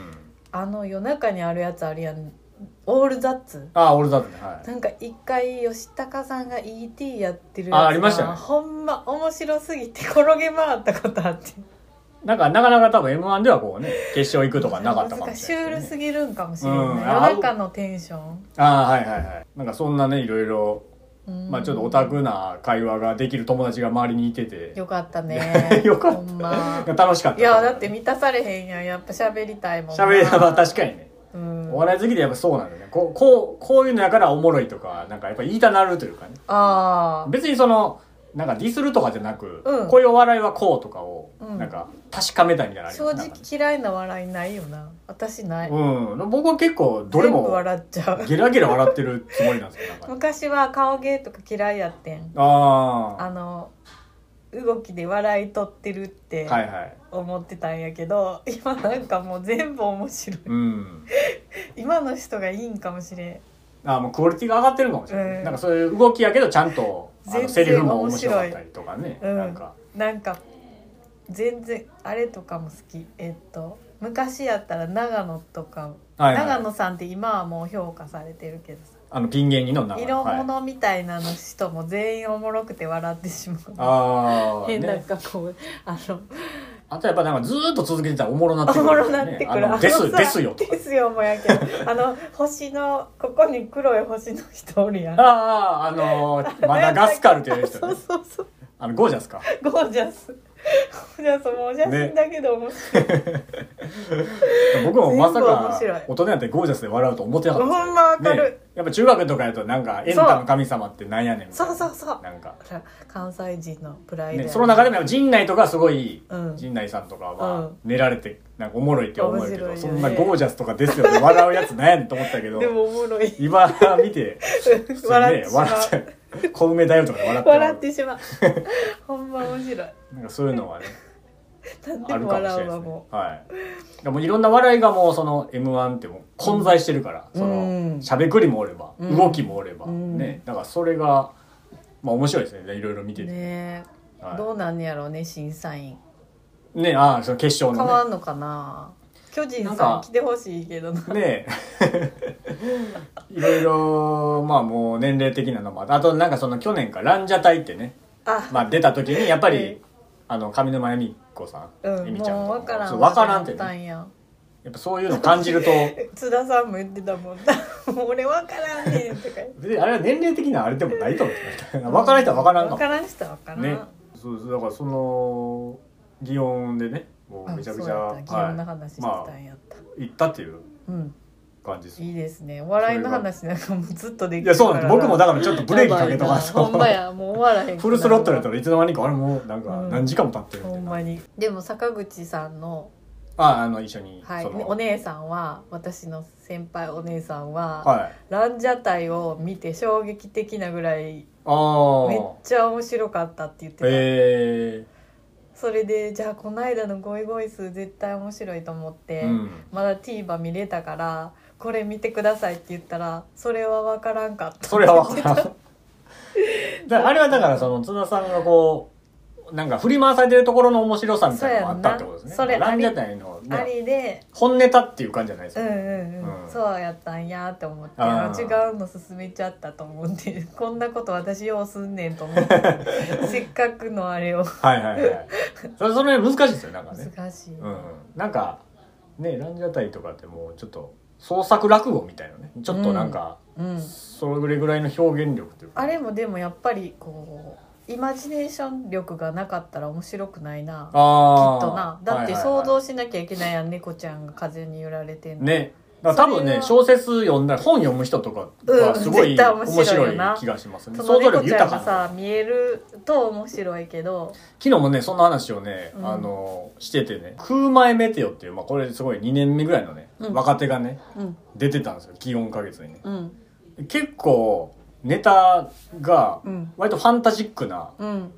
A: あの夜中にあるやつあるやんオールザッツ
B: ああ、俺だってね、はい。
A: なんか一回吉高さんが ET やってるやつ
B: あありましたね
A: ほんま面白すぎて転げ回ったことあって
B: なんか、なかなか多分 M1 ではこうね、決勝行くとかなかったかもし
A: シ
B: れ
A: ュ
B: な
A: ー
B: いで
A: ル
B: すね、
A: すぎるんかもしれない、
B: うん
A: 夜中のテンション、
B: ああ、はいはいはい。なんかそんなね、いろいろ、
A: うん
B: まあちょっとオタクな会話ができる友達が周りにいてて、
A: よかったね
B: よかった
A: ほんま
B: 楽しかった。
A: いやだって満たされへんやんやっぱ喋りたいもんな
B: 喋り ながら確かにね。
A: うん
B: お笑い好きでやっぱそうなんだよね。こう、こう、こういうのやからおもろいとか、なんかやっぱ言いたなるというかね。
A: ああ
B: 別にそのなんかディスるとかじゃなく、
A: うん
B: こういうお笑いはこうとかを
A: うん
B: なんか確かめたいみたいなのありま
A: 正
B: す
A: 直嫌いな笑いないよな私ない、
B: なんかうん、僕は結構どれ
A: 全部
B: も
A: 笑っち ゃう
B: ゲラゲラ笑ってるつもりなんですよな んか、
A: 昔は顔芸とか嫌いやってんあ
B: あ
A: の動きで笑い取ってるって
B: あはいはい
A: 思ってたんやけど、今なんかもう全部面白い
B: うん
A: 今の人がいいんかもしれん
B: ああもうクオリティが上がってるかもしれない、
A: うん
B: なんかそういう動きやけどちゃんとあの
A: 全然
B: セリフも面白かったりとかね、
A: うん
B: なんか
A: なんか全然あれとかも好きえっと昔やったら長野とか、
B: はいはい
A: 長野さんって今はもう評価されてるけどさ
B: あのピン芸人の名前
A: 色
B: はい、
A: 物みたいなの人も全員おもろくて笑ってしまう、
B: ああ、
A: 変なん
B: ね、
A: かこうあの
B: あとやっぱなんかずーっと続けてたらおもろなって
A: お
B: くる、
A: もろなってくる、
B: あのです
A: さ
B: ですよとか
A: ですよもやけどあの星のここに黒い星の人おるやん
B: あああのーマダガスカルっていう 人、
A: そ
B: ね
A: う、そうそう
B: あのゴージャスか
A: ゴージャスゴージャスもう写真だけど面白い、
B: 僕もまさか
A: 全部面白い
B: 大人やってゴージャスで笑うと思ってなかったです
A: ほんまわかる
B: ねやっぱ中学とかやとなんかエンタの神様ってなんやねんみたいな
A: そうそうそう
B: なんか、
A: 関西人のプライドや
B: ね、
A: な
B: その中でもやっぱ陣内とかすごい、
A: うん
B: 陣内さんとか
A: う
B: は
A: ん
B: 寝られてなんかおもろいって思うけど、
A: 面白
B: そ
A: いよね
B: んなゴージャスとかです よって笑うやつなんやねんと思ったけど
A: でもおもろい
B: 今見て普通に
A: 笑っ
B: ね
A: てしまう
B: 笑っちゃう小梅だよとかで笑って
A: 笑ってしまうほんま面 白い
B: なんかそういうのはね
A: 何で
B: ある
A: も
B: かもしれな
A: 笑
B: い
A: う
B: です
A: わ
B: ね
A: も。
B: はい。でもいろんな笑いがもうその M1 ってもう混在してるから、
A: うん
B: そ
A: うん
B: のしゃべくりもおれば、
A: うん
B: 動きもおれば、
A: うん
B: ね、だからそれがまあ面白いですね。いろいろ見
A: う
B: てて。
A: ねえ、
B: はい
A: どうなんやろうね審査員
B: ね、ああその決勝
A: 変
B: の
A: わんのかな巨人
B: なん
A: さん
B: か
A: 来てほしいけどな
B: ね。ね いろいろまあもう年齢的なのもあってあとなんかその去年かランジャタイってね、
A: あ、
B: まあ出た時にやっぱ
A: は
B: り
A: い
B: あの上沼恵美子さん、
A: う
B: 恵
A: ん
B: 美
A: も
B: ちゃん
A: う
B: と
A: わから
B: そ
A: ん
B: うわからんって
A: わからん
B: ね、
A: んや ん
B: やっぱそういうの感 じると。
A: え津田さんも言ってたもん もう俺わからんねんとか言っ て
B: 別にあれは年齢的なあれでもないと思う分からん人は分からんか
A: わ
B: も
A: からん人はわからん、
B: ねそうですだからその祇園でねもうめちゃくちゃ、
A: あそうやった祇園の
B: は
A: 話してたんやった、
B: い、行ったっていう
A: うん
B: 感じです
A: いいですねお笑いの話なんかもうずっとでき
B: いやそうなんです僕もだ
A: か
B: からちょっとブレーキかけとか そ
A: ほんま
B: う
A: やもう終わらへんくなる
B: フルスロットルやったらいつの間にかあれもうなんか
A: うん
B: 何時間も経ってるみ
A: ほ
B: たい
A: ん
B: な、
A: まにでも坂口さんの、
B: ああの一緒に、
A: はい、
B: その
A: お姉さんは私の先輩お姉さんは、
B: はい
A: ランジャタイを見て衝撃的なぐらい
B: ああ
A: めっちゃ面白かったって言ってた、
B: え
A: それでじゃあこの間の「ゴイゴイスー」絶対面白いと思って、
B: えうん
A: まだ TVer 見れたからこれ見てくださいって言ったらそれは分からんかった
B: それ は分からんだからあれはだからその津田さんがこうなんか振り回されてるところの面白さみたいなのがあったってことですね
A: そうやんなそれ
B: ラ
A: あ
B: ン
A: り
B: ジャタイの、
A: あ
B: ね、
A: りで
B: 本ネタっていう感じじゃないです
A: う
B: よ
A: んう
B: ね
A: んうん、
B: うん
A: そうやったんやって思って
B: あ
A: あ
B: ー
A: 違うの進めちゃったと思って こんなこと私ようすんねんと思って せっかくのあれを
B: はいはいはいそれそれ難しいですよなんかね
A: 難しい、
B: うんなんかねランジャタイとかってもうちょっと創作落語みたいなねちょっとなんか、
A: うん
B: それぐらいの表現力というか
A: あれもでもやっぱりこうイマジネーション力がなかったら面白くないなきっ
B: あー
A: となだって
B: はいはいはい
A: 想像しなきゃいけないやん猫ちゃんが風に揺られてんの
B: ねだから多分
A: それ
B: ね
A: は
B: 小説読んだら本読む人とかはすご
A: うん絶
B: い
A: 対
B: 面
A: 面白いよ
B: 白
A: ない
B: 気がしますね、
A: そ
B: 想
A: の
B: 像
A: 猫
B: 力
A: ちゃ
B: 豊
A: ん
B: か
A: が
B: な
A: さ見えると面白いけど
B: 昨日もねそんな話をね、
A: うん
B: あのしててね「空前メテオ」っていう、まあ、これすごい2年目ぐらいのね、
A: うん
B: 若手がね
A: うん
B: 出てたんですよ気温か月にね
A: うん
B: 結構ネタが
A: うん
B: 割とファンタジックな
A: うん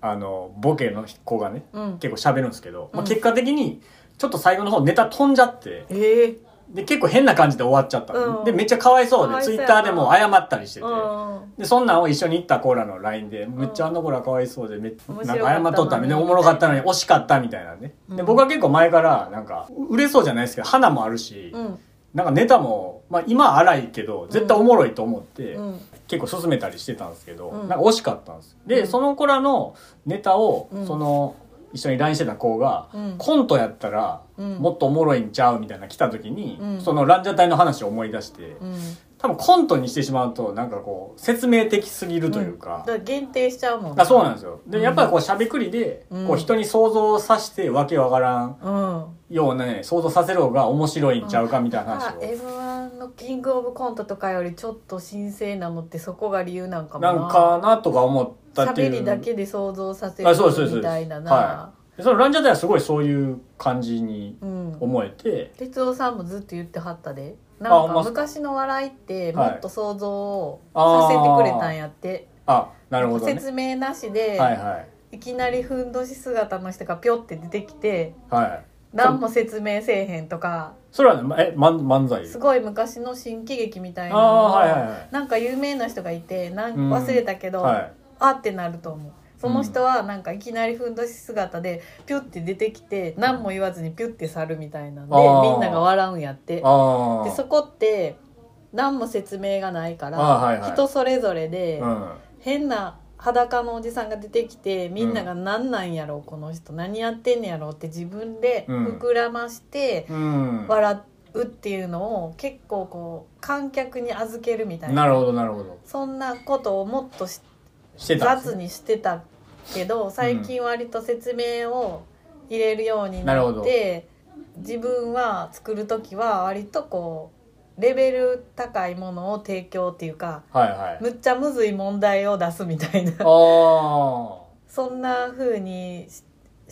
B: あのボケの子がね
A: うん
B: 結構喋るんですけど、ま
A: う
B: あ、
A: ん
B: 結果的にちょっと最後の方ネタ飛んじゃって
A: ええ
B: で結構変な感じで終わっちゃったの、
A: うん
B: でめっちゃかわいそう
A: かわ
B: で
A: い
B: ツ
A: そう
B: イ
A: や
B: ッ
A: な
B: ターでも謝ったりしてて、
A: うん
B: でそんなんを一緒に行ったコーラの LINE で「めっちゃあの子らかわいそうでめっ
A: 面
B: なん
A: 白
B: か
A: かったのに
B: 謝っとったみたいなおもろかったのに惜しかった」みたいなね、
A: う
B: で
A: ん
B: 僕は結構前からなんか売れそうじゃないですけど花もあるし、
A: うん
B: なんかネタも、まあ、今は荒いけど絶対おもろいと思って、
A: うん
B: 結構進めたりしてたんですけど、
A: うん
B: なんか惜しかったんですで、
A: うん
B: その子らのネタを、
A: うん
B: その一緒に LINE してた子が、
A: うん
B: コントやったら
A: うん
B: もっとおもろいんちゃうみたいな来た時に、
A: うん
B: そのランジャタイの話を思い出して、
A: うん
B: 多分コントにしてしまうとなんかこう説明的すぎるというか
A: だ、から限定しちゃうもん
B: あそうなんですよで、
A: うん
B: やっぱりこうしゃべくりで、
A: うん
B: こう人に想像させてわけわからん
A: うん
B: ようなね想像させる方が面白いんちゃうかみたいな話を、
A: m 1のキングオブコントとかよりちょっと神聖なのってそこが理由なんかも
B: なんかなとか思ったって
A: 喋
B: いう
A: りだけで想像させ
B: あそうですそうです
A: るみたいなな、
B: はでそのランジャタイはすごいそういう感じに
A: うん、
B: 思えて、
A: 哲夫さんもずっと言ってはったでなん
B: ほんま
A: か
B: っす
A: 昔の笑いっても
B: はい
A: っと想像をさせてくれたんやって、
B: あなるほどね
A: 説明なしで、
B: はいはい
A: い、きなりふんどし姿の人がぴょって出てきて
B: はい
A: 何も説明せえへんとか
B: それはねまえ漫漫才
A: すごい昔の新喜劇みたい
B: あ
A: なのを
B: あーはいはいはい
A: なんか有名な人がいてなん
B: うん
A: 忘れたけど、
B: はい
A: あってなると思うその人はなんかいきなりふんどし姿でピュって出てきて何も言わずにピュって去るみたいなんで
B: あー
A: みんなが笑うんやって
B: あ
A: で
B: ー
A: そこって何も説明がないか
B: あ
A: ら
B: ーはいはい
A: 人それぞれで
B: うん
A: 変な裸のおじさんが出てきてみんなが何なんやろうこの人何やってんねやろうって自分で膨らまして
B: うん
A: 笑うっていうのを結構こう観客に預けるみたいな
B: なるほどなるほど
A: そんなことをもっとし
B: してたんです
A: 雑にしてたけど最近割と説明を入れるように
B: なる
A: な
B: ほ
A: っ
B: ど
A: て、自分は作る時は割とこうレベル高いものを提供っていうか
B: はいはい
A: むっちゃむずい問題を出すみたいな
B: あ
A: そんな風にし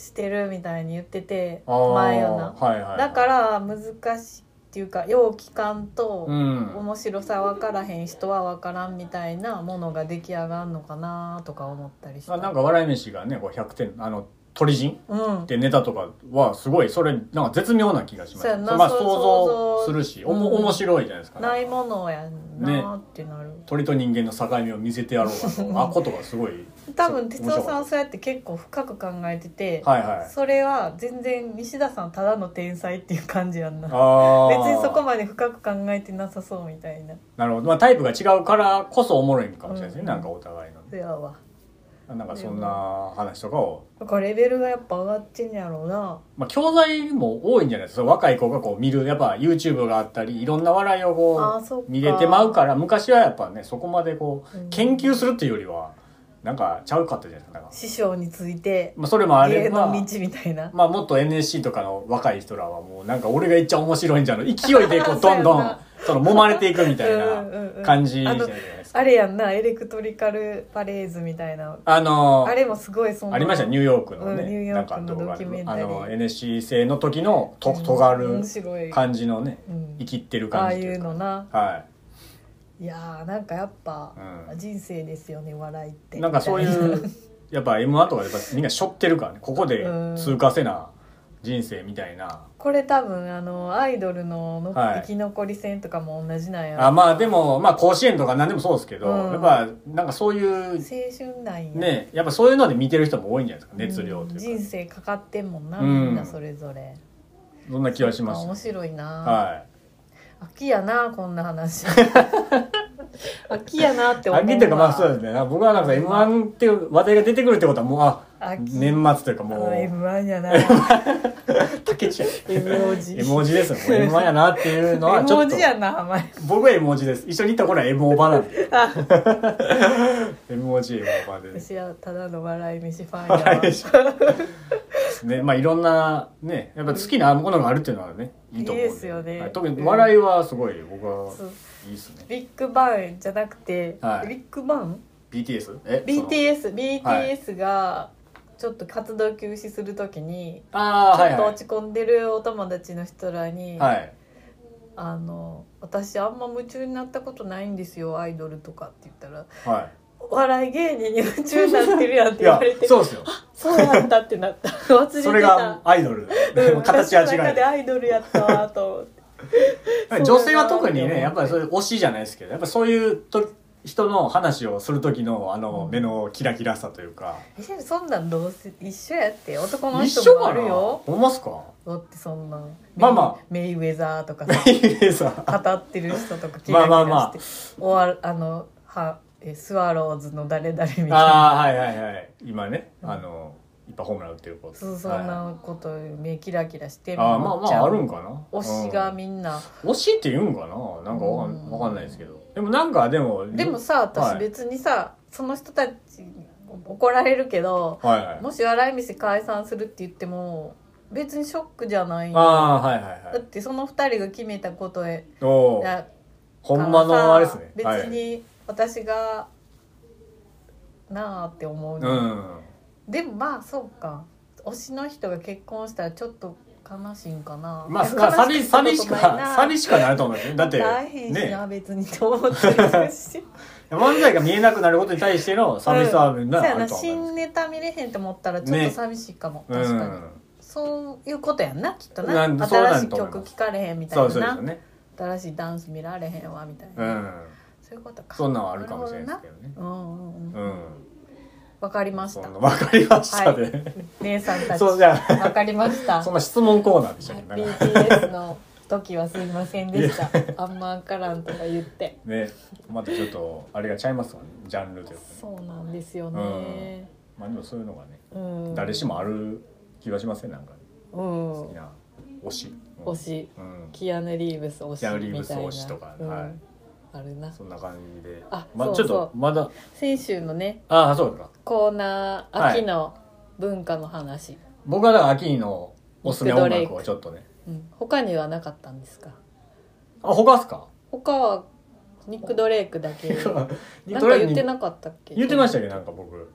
A: してるみたいに言ってて
B: ああ
A: 前よ
B: な
A: な。
B: はいはい
A: だから難しいっていうか要期間と
B: うん
A: 面白さ分からへん人は分からんみたいなものが出来上がるのかなとか思ったりして
B: あなんか笑い飯がねこう100点あの鳥人
A: うん
B: ってネタとかはすごいそれなんか絶妙な気がします
A: そうやな
B: まあ
A: そう
B: 想像するしおも
A: うん
B: 面白いじゃないですか
A: ないものやんなってなる、
B: 鳥と人間の境目を見せてやろう かとあことがすごい
A: 多分哲夫さん
B: 面白かっ
A: そうやって結構深く考えてて、
B: たはいはい
A: それは全然西田さんただの天才っていう感じやんな
B: あ
A: 別
B: ー
A: にそこまで深く考えてなさそうみたいな
B: なるほど、まあ、タイプが違うからこそおもろいんかもしれないですね、
A: うん
B: なんかお互いの
A: そやわ
B: なんかそんな話とかを、
A: だからレベルがやっぱ上がってんやろうな
B: まあ、教材も多いんじゃないですか若い子がこう見るやっぱ YouTube があったりいろんな笑いを
A: あー
B: こ
A: そっか
B: う見れてまうから昔はやっぱねそこまでこう
A: うん
B: 研究するっていうよりはなんかちゃうかったじゃないですかなんか、
A: 師匠について
B: まあ、それもあれ
A: 芸の道
B: ば
A: みたいな
B: まあもっと NSC とかの若い人らはもうなんか俺がいっちゃ面白いんじゃの勢い でこう
A: そう
B: ど
A: やなん
B: どんその揉まれていくみたい
A: うんうんうん
B: な感じじゃないですか。
A: あれやんなエレクトリカルパレーズみたいな
B: あの
A: あれもすごいその
B: ありましたニューヨークの
A: うんニュー
B: ね
A: ヨ
B: な
A: ー
B: んか
A: クの
B: 動画
A: ドキュメンタ
B: あ
A: リー
B: の NSC 生の時のと尖
A: 面
B: る
A: 白い
B: 感じのね
A: うん
B: 生きってる
A: あ
B: 感
A: あ
B: じと
A: い
B: いうう
A: の
B: か
A: な
B: はい
A: やーなんかやっぱ、
B: うん
A: 人生ですよね笑いって
B: いなんかそうい
A: みた
B: うやっぱ M1 とかやっぱみんなしょってるからねここで通過せな人生みたいな
A: これ多分あのアイドルのの
B: はい
A: 生き残り戦とかも同じなんやろ
B: あまあでもまあ甲子園とか何でもそうですけど
A: うん
B: やっぱなんかそういう
A: 青春なんや
B: ねやっぱそういうので見てる人も多いんじゃないですか
A: うん
B: 熱量とい
A: 人
B: うか、
A: 生かかってんもんな、
B: うん
A: みんなそれぞれ
B: そんな気はしま
A: あ面
B: す
A: 白いな、
B: は
A: 秋やなこんな 話秋やなって
B: い
A: 思うわ
B: 秋っていうかまあそうですねなんか僕はなんか m 1っていう話題が出てくるってことはもうあ
A: 秋
B: 年末というかもう
A: M1 や な
B: 竹内や
A: M 文字
B: M 文字ですよ M1 やなっていうのは
A: M
B: ちょっ
A: 文
B: と
A: 字やな甘い
B: 僕は M 文字です一緒に行った頃は M オーバーなんで M 文字 M オーバーで
A: 私はただの笑い飯ファンやわ
B: はいねまあいろんなねやっぱ好きなものがあるっていうのはねいいと思うん
A: いいですよね
B: はい特に笑いはすごい僕は
A: そう
B: いいですね
A: ビッグバンじゃなくて、
B: はい
A: ビッグバン
B: BTS えその
A: BTS
B: はい
A: BTS がちょっと活動休止するときに、
B: ああはい
A: ちょっ
B: は
A: と
B: い
A: 落ち込んでるお友達の人らに、
B: はい
A: あの私あんま夢中になったことないんですよアイドルとかって言ったら
B: は
A: お笑い芸人に夢中になってるやんっ
B: い。い
A: て言
B: や
A: われて、
B: そうですよ。
A: そうなんだってなった忘れてた
B: それがアイドル。でも形は
A: 私の
B: 違
A: 中
B: う
A: で。アイドルやったわと思って私の中で
B: 女性は特に
A: そうだな
B: ね、やっぱりそういう推しじゃないですけど、やっぱそういうと人の話をする時のあの
A: うん
B: 目のキラキラさというか。
A: えそんなんどうせ一緒やって男の
B: 一
A: 人
B: 緒
A: もあ
B: か
A: る
B: な。
A: よ
B: 思いますか。
A: だってそんなん
B: まあまあ
A: メイメイウェザーとか さ
B: さ
A: 語ってる人とかキラ
B: ま
A: キ
B: あまあ
A: ラ
B: まあ
A: しておわあのはえスワローズの誰々みたいな
B: ああはいはいはい。今ね、あのいっぱいホームラン打ってる子。
A: そうそ
B: はい
A: んなこと目キラキラして
B: ああまあまあある
A: ん
B: んかな。
A: 推しがみんな、
B: うん推しって言うんかな。なんかわか
A: うんん
B: わかんないですけど。でもなんかでも
A: でもさ
B: は
A: 私
B: い
A: 別にさ、その人たち怒られるけど
B: はいはい。
A: もし笑い飯解散するって言っても別にショックじゃないだ
B: ああーはいはいは
A: っ
B: い。
A: てその2人が決めたことへ
B: おー
A: だ
B: ほんまのあれですね。
A: 別
B: はい、
A: に私がなあって思う
B: う
A: の、
B: ん。
A: でもまあそうか推しの人が結婚したらちょっと悲しいんかな
B: まあ、
A: いや悲
B: 寂
A: し
B: し
A: くしたことな
B: 寂しか、
A: いな
B: 寂しかなると思うんですよ。だって、
A: 大変しな、
B: ね、
A: 別にと思 ってるし
B: 漫才が見えなくなることに対しての寂しさはみんな
A: そう
B: あ
A: や
B: る
A: な
B: と思う
A: 新
B: んで
A: ネ
B: す
A: タ見れへんと思ったらちょっと
B: ね
A: 寂しいかも、
B: よ。
A: 確かに、
B: うん
A: そういうことやんなきっとな
B: なんそうな
A: 新し
B: ん
A: い
B: と思います
A: 曲聴かれへんみたい
B: そ
A: な
B: うそうですよね。
A: 新しいダンス見られへんわみたいうな、
B: ん。
A: そういうことか
B: そんなんはあるかもしれないですけどね。
A: なるほどなうんうんうん
B: うん。
A: わかりまし
B: そ
A: た
B: んな、わかりましたね。
A: 姉さんたち
B: そう
A: わ
B: じゃ
A: かりました
B: あ、そんな質問コーナーでした
A: は
B: け
A: い
B: ど、なんか
A: BTS の時はすいませんでしたあんまわからんとか言って
B: ね、またちょっと、あれがちゃいますもんね。ジャンルというかね。
A: そうなんですよね、
B: まあ、でもそういうのがね、
A: うん、
B: 誰しもある気がしません、なんか、
A: うん
B: 好きな推し。うん
A: 推し
B: うん。
A: キアヌ・リーブス推しみた
B: キ
A: い
B: ア
A: な
B: ヌリーブス推しとか
A: うん
B: はい
A: あるな
B: そんな感じで。
A: あ
B: ま
A: そう
B: ち
A: そ
B: ょ
A: う
B: っと、まだ、
A: 先週のね
B: ああ、そうか。
A: コーナー
B: はい
A: 秋の文化の話、
B: 僕はだから秋のおすすめ音楽をちょっとね。
A: うん、他にはなかったんですか
B: あ、他っすか
A: 他はニック・ドレイクだ け
B: ニ ッ
A: なん
B: クド
A: か
B: レイ
A: 言
B: ク
A: って
B: に
A: なかったっけ
B: 言ってましたっけなんか僕。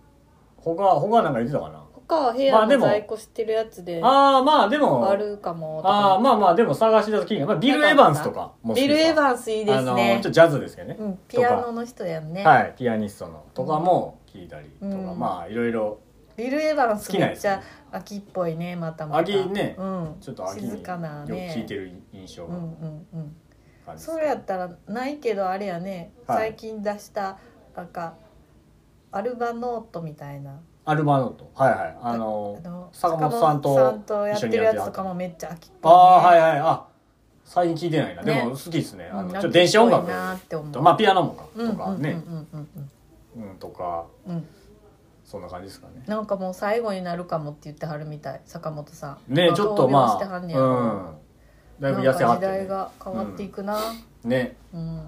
B: 他、他なんか言ってたかな
A: 他は部
B: ま
A: 屋
B: あで
A: の
B: も
A: 在庫してるやつであ
B: ああ、まあでも、
A: るかもと
B: ああ、
A: か
B: まあまあでも探してた時に、まあビル・エヴァンスとかも好き
A: ビル・エヴ
B: ン
A: ァンスいいです
B: あの、ちょ
A: ね
B: っとジャズですけどね。
A: うんピアノの人やんね、
B: はい、ピアニストのとかも聞いたりとか、
A: うん
B: まあいろいろ、
A: ビル・エヴァンス
B: 好き
A: め
B: なや
A: っ
B: つ
A: ちゃ秋っぽいねまたまた
B: 秋ね
A: うん、
B: ちょっと秋によ
A: 静
B: く
A: かなね
B: 聞いてる印象
A: う
B: が
A: んうんうん
B: 感じです
A: それやったらないけどあれやね、
B: はい
A: 最近出したなんかアルバノートみたいな
B: アルバノと。はいはい。あの、坂本さんと
A: 坂本さんやってるや
B: 一緒にやって
A: つ
B: はった
A: とかもめっちゃ秋っぽ
B: ああはい
A: い
B: はいあ最近聞いてないな、
A: ね
B: でも好きですねあの
A: うん
B: ちょっと電子音
A: 秋っぽいなーって思う
B: 楽とまあピアノもか
A: ね、うんう
B: とか
A: んうん
B: ね
A: うんうん
B: うんとか
A: うんうん
B: そんな感じですかね
A: なんかもう最後になるかもって言ってはるみたい坂本さん
B: ねちょっとま
A: 闘病しては
B: あ
A: ん
B: う
A: ねやろ
B: んだいぶ痩せ
A: な
B: は
A: んか
B: っ
A: 時代
B: て
A: が変わっていくな
B: ねね
A: うん、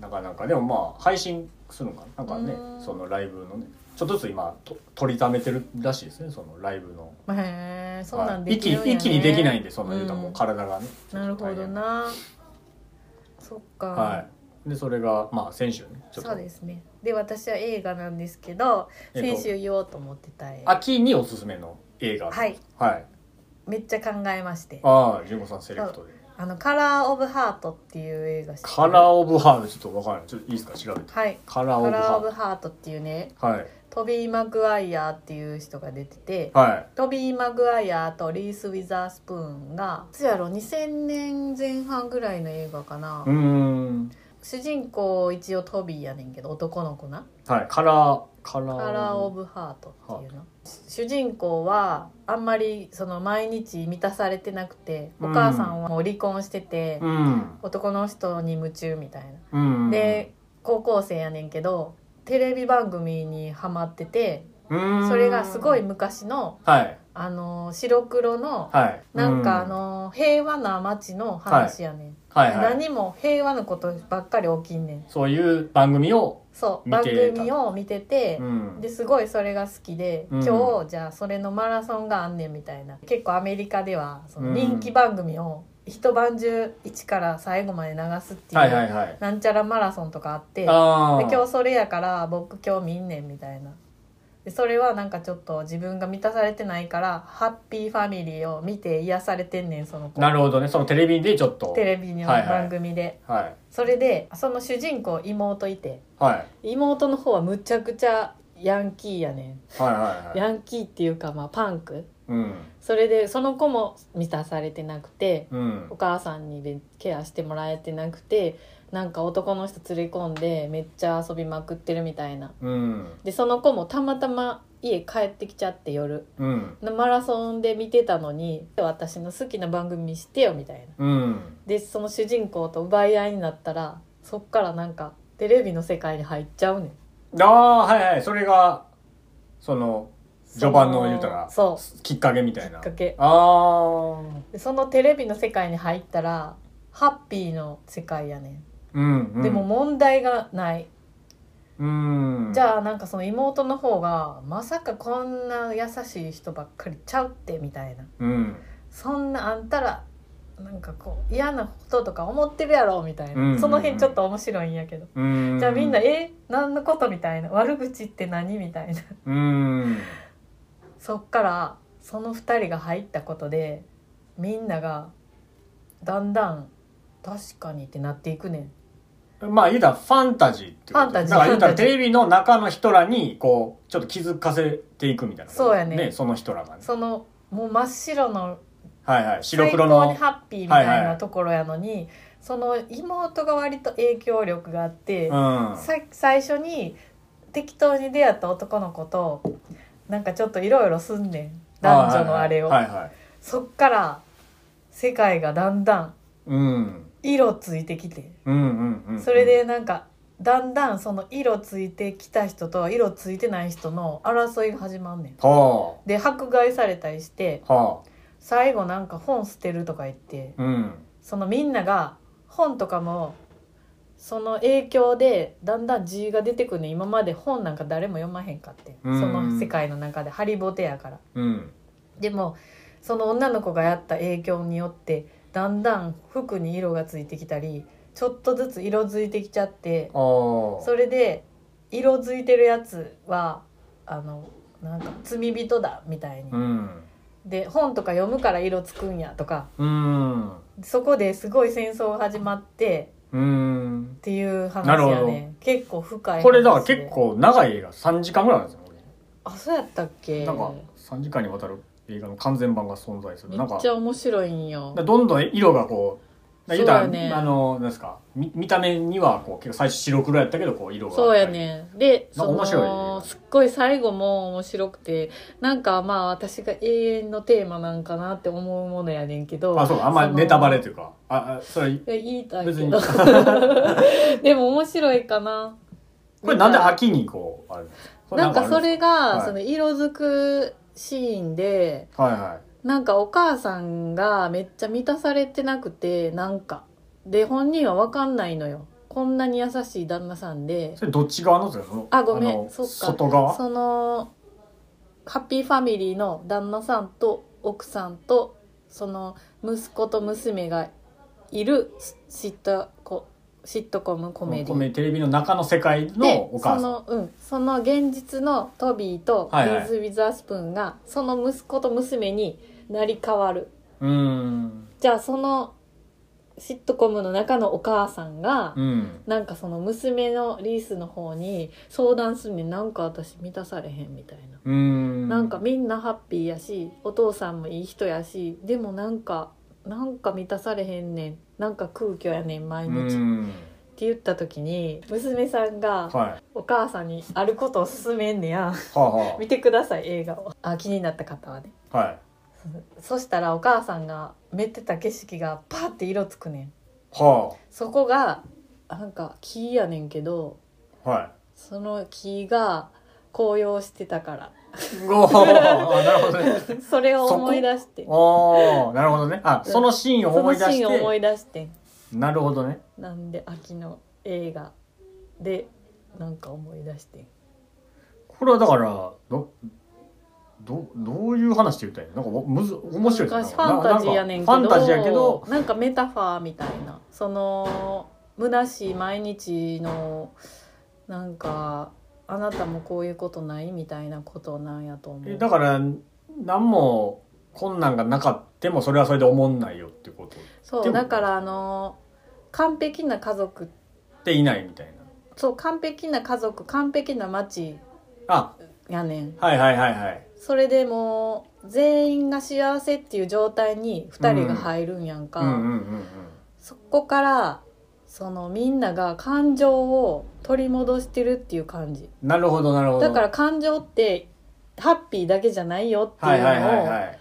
B: なかなかでもまあ配信するのかななんかね
A: うん
B: そのライブのねちちょっとずつ今と取りためてるらしいですねそのライブの
A: へえそうなん
B: はい
A: で
B: 一
A: き
B: 気
A: るんや、ね、
B: 一気にできないんでその
A: うん
B: 言うたらもう体がね、
A: なるほどなそっか
B: はいでそれがまあ先週ねちょっ
A: そう
B: と
A: ですねで私は映画なんですけど
B: えっと
A: 先週言おうと思ってた絵
B: 秋におすすめの映画
A: はい、
B: はい、
A: めっちゃ考えまして
B: ああ純子さんセレクトで
A: あの「カラー・オブ・ハート」っていう映画知って
B: 「
A: る
B: カラー・オブ・ハート」ちょっとわからないちょっといいですか調べて
A: はい
B: 「カ
A: 「
B: ラー・オ
A: カ
B: ブ・
A: ラー・オブ・
B: ハ
A: ハート」っていうね
B: ート」はい
A: トビー・マグワイアーっていう人が出てて
B: はい
A: トビー・マグワイアーとリース・ウィザースプーンがいつやろ2000年前半ぐらいの映画かな、
B: うーん
A: 主人公一応トビーやねんけど男の子な
B: はいカラーカラー
A: カラー・オブ・ハートっていうの主人公はあんまりその毎日満たされてなくてお母さんはもう離婚してて、
B: うん
A: 男の人に夢中みたいな、
B: うん
A: で高校生やねんけどテレビ番組にハマってて
B: うーん
A: それがすごい昔の
B: はい
A: あの白黒の
B: はい
A: なんかあ
B: うん
A: の平和な街の話やねん、
B: はいはい
A: 何も平和なことばっかり起きんねん
B: そういう番組を
A: そう
B: 見
A: 番
B: てた
A: 組を見てて、
B: うん
A: ですごいそれが好きで、
B: うん
A: 今日じゃあそれのマラソンがあんねんみたいな結構アメリカではそ
B: うん
A: の人気番組を一晩中一から最後まで流すっていう、
B: はいはいはい
A: なんちゃらマラソンとかあって
B: ああ
A: で今日それやから僕今日見んねんみたいなでそれはなんかちょっと自分が満たされてないからハッピーファミリーを見て癒されてんねんその子
B: なるほどねそのテレビでちょっと
A: テレビの
B: はいはい
A: 番組で、
B: はい
A: それでその主人公妹いて
B: はい
A: 妹の方はむちゃくちゃヤンキーやねん
B: はいはいはい
A: ヤンキーっていうかまあパンク
B: うん
A: それでその子も満たされてなくて
B: うん
A: お母さんにべケアしてもらえてなくてなんか男の人連れ込んでめっちゃ遊びまくってるみたいな
B: うん
A: でその子もたまたま家帰ってきちゃって夜
B: うん
A: マラソンで見てたのに私の好きな番組見してよみたいな
B: うん
A: でその主人公と奪い合いになったらそっからなんかテレビの世界に入っちゃうねん
B: ああはいはいそれがその序盤の言うたら
A: そう
B: きっかけみたいな
A: きっかけ
B: あー
A: でそのテレビの世界に入ったらハッピーの世界やね
B: うん、うん
A: んでも問題がない、
B: うん
A: じゃあなんかその妹の方がまさかこんな優しい人ばっかりちゃうってみたいな
B: うん
A: そんなあんたらなんかこう嫌なこととか思ってるやろみたいな、
B: うんうんうん
A: その辺ちょっと面白いんやけど、
B: うん
A: じゃあみんなえ何のことみたいな悪口って何みたいな
B: うん
A: そっからその2人が入ったことでみんながだんだん確かにってなっていくねん
B: まあ言うたらファンタジーってこ
A: フ
B: と
A: ァンタジー
B: だから言うたら
A: ファンタ
B: テ
A: ジー
B: レビの中の人らにこうちょっと気づかせていくみたいな
A: そうやね
B: その人らがね
A: そのもう真っ白の
B: はいはい白
A: 最
B: 黒
A: 高に
B: の
A: ハッピーみたい
B: はいは
A: ないところやのに、その妹が割と影響力があって、
B: うん
A: さ最初に適当に出会った男の子となんかちょっといろいろすんねん男女のあれを、
B: はいはいはいはい
A: そっから世界がだんだん
B: うん
A: 色ついてきて
B: うんうんうん
A: それでなんかだんだんその色ついてきた人と色ついてない人の争いが始まんねん。
B: は
A: で迫害されたりして
B: あは
A: 最後なんか本捨てるとか言って
B: あうん
A: そのみんなが本とかもその影響でだんだん字が出てくるね今まで本なんか誰も読まへんかってそ
B: うん
A: の世界の中でハリボテやから
B: うん
A: でもその女の子がやった影響によってだんだん服に色がついてきたりちょっとずつ色づいてきちゃって
B: ああ
A: それで色づいてるやつはあのなんか罪人だみたいに、
B: うん
A: で本とか読むから色つくんやとか
B: うん
A: そこですごい戦争が始まって
B: うん
A: っていう話
B: なる
A: や
B: ほ
A: ね結構深い話で
B: これだから結構長い映画3時間ぐらいなんですよ
A: あそうやったっけ
B: なんか3時間にわたる映画の完全版が存在する
A: めっ
B: なんか
A: ちゃ面白いんよ
B: どんどん色がこう言うたら、
A: そうやね
B: あのなんですか見見た目にはこう結構最初白黒やったけどこう色が
A: そうやねで
B: なん
A: そ
B: か面白い
A: のすっごい最後も面白くてなんかまあ私が永遠のテーマなんかなって思うものやねんけど
B: あそうかあんま
A: そ
B: り
A: の
B: ネタバレというかああそれ
A: いや言いたいけ
B: 別に
A: ど でも面白いかな
B: これなんで秋にこうあるんですか
A: なんか
B: あ
A: そ
B: るんで
A: れが、
B: はい
A: その色づくシーンです
B: かはいはい
A: なんかお母さんがめっちゃ満たされてなくてなんかで本人は分かんないのよこんなに優しい旦那さんで
B: それどっち側のですかその
A: あごめん
B: の
A: そっか
B: 外側
A: そのハッピーファミリーの旦那さんと奥さんとその息子と娘がいるシットコシットコムコメディ
B: コメテレビの中の世界
A: で
B: のお母さん
A: その,、うん、その現実のトビーと
B: はいはい
A: リーズ・ウィザースプーンがその息子と娘になり変わる
B: うーん
A: じゃあそのシットコムの中のお母さんが、
B: うん
A: なんかその娘のリースの方に相談するねんなんか私満たされへんみたいな、
B: うーん
A: なんかみんなハッピーやしお父さんもいい人やしでもなんかなんか満たされへんねんなんか空虚やねん毎
B: う
A: 日、
B: ー
A: って
B: ん
A: 言った時に娘さんが
B: はいは
A: お母さんにあることを勧めんねや
B: あは
A: 見てください映画をあ気になった方はね
B: あはい
A: そしたらお母さんがめってた景色がパーって色つくねん
B: は
A: そこがなんか木やねんけど
B: あは
A: その木が紅葉してた から
B: いおーあなるほどね
A: それを思い出して
B: おーなるほどねあそのシーンを
A: そ
B: 思
A: の
B: い
A: シ
B: 出し
A: ーンを思
B: て
A: い出してん
B: なるほどね
A: なんで秋の映画でなんか思い出してん
B: これはだからどどどういう話って言ったらいいのなんかむず面白い
A: なん
B: な
A: かファンタジーやねんけど
B: ななかファンタジーやけど
A: なんかメタファーみたいなその虚しい毎日のなんかあなたもこういうことないみたいなことなんやと思
B: え
A: う
B: だから何も困難がなかってもそれはそれで思んないよってこと
A: そ
B: で
A: う
B: も
A: だからあの完璧な家族
B: でいないみたいな
A: そう完璧な家族完璧な街
B: あ
A: やねん
B: はいはいはいはい
A: それでもう全員が幸せっていう状態に2人が入るんやんか、
B: うんうんうんうん
A: そこからそのみんなが感情を取り戻してるっていう感じ
B: なるほどなるほど
A: だから感情ってハッピーだけじゃないよってい
B: は
A: う
B: い
A: のを、
B: はいはいは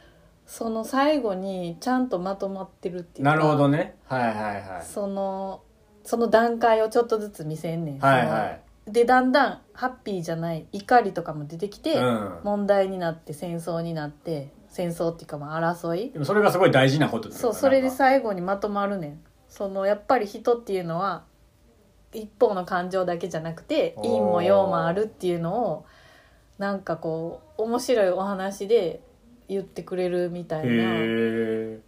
A: その最後にちゃんとまとまってるって
B: い
A: いうか
B: なるほどねはいはいは
A: そのその段階をちょっとずつ見せんねん、
B: いはいは
A: でだんだんハッピーじゃない怒りとかも出てきて、
B: いうん
A: 問題になって戦争になって戦争っていうかまあ争い
B: でもそれがすごい大事なことっていうか
A: そうそれで
B: なんか
A: 最後にまとまるねんそのやっぱり人っていうのは一方の感情だけじゃなくて
B: おー
A: 陰も陽もあるっていうのをなんかこう面白いお話で言ってくれるみたいな
B: へえ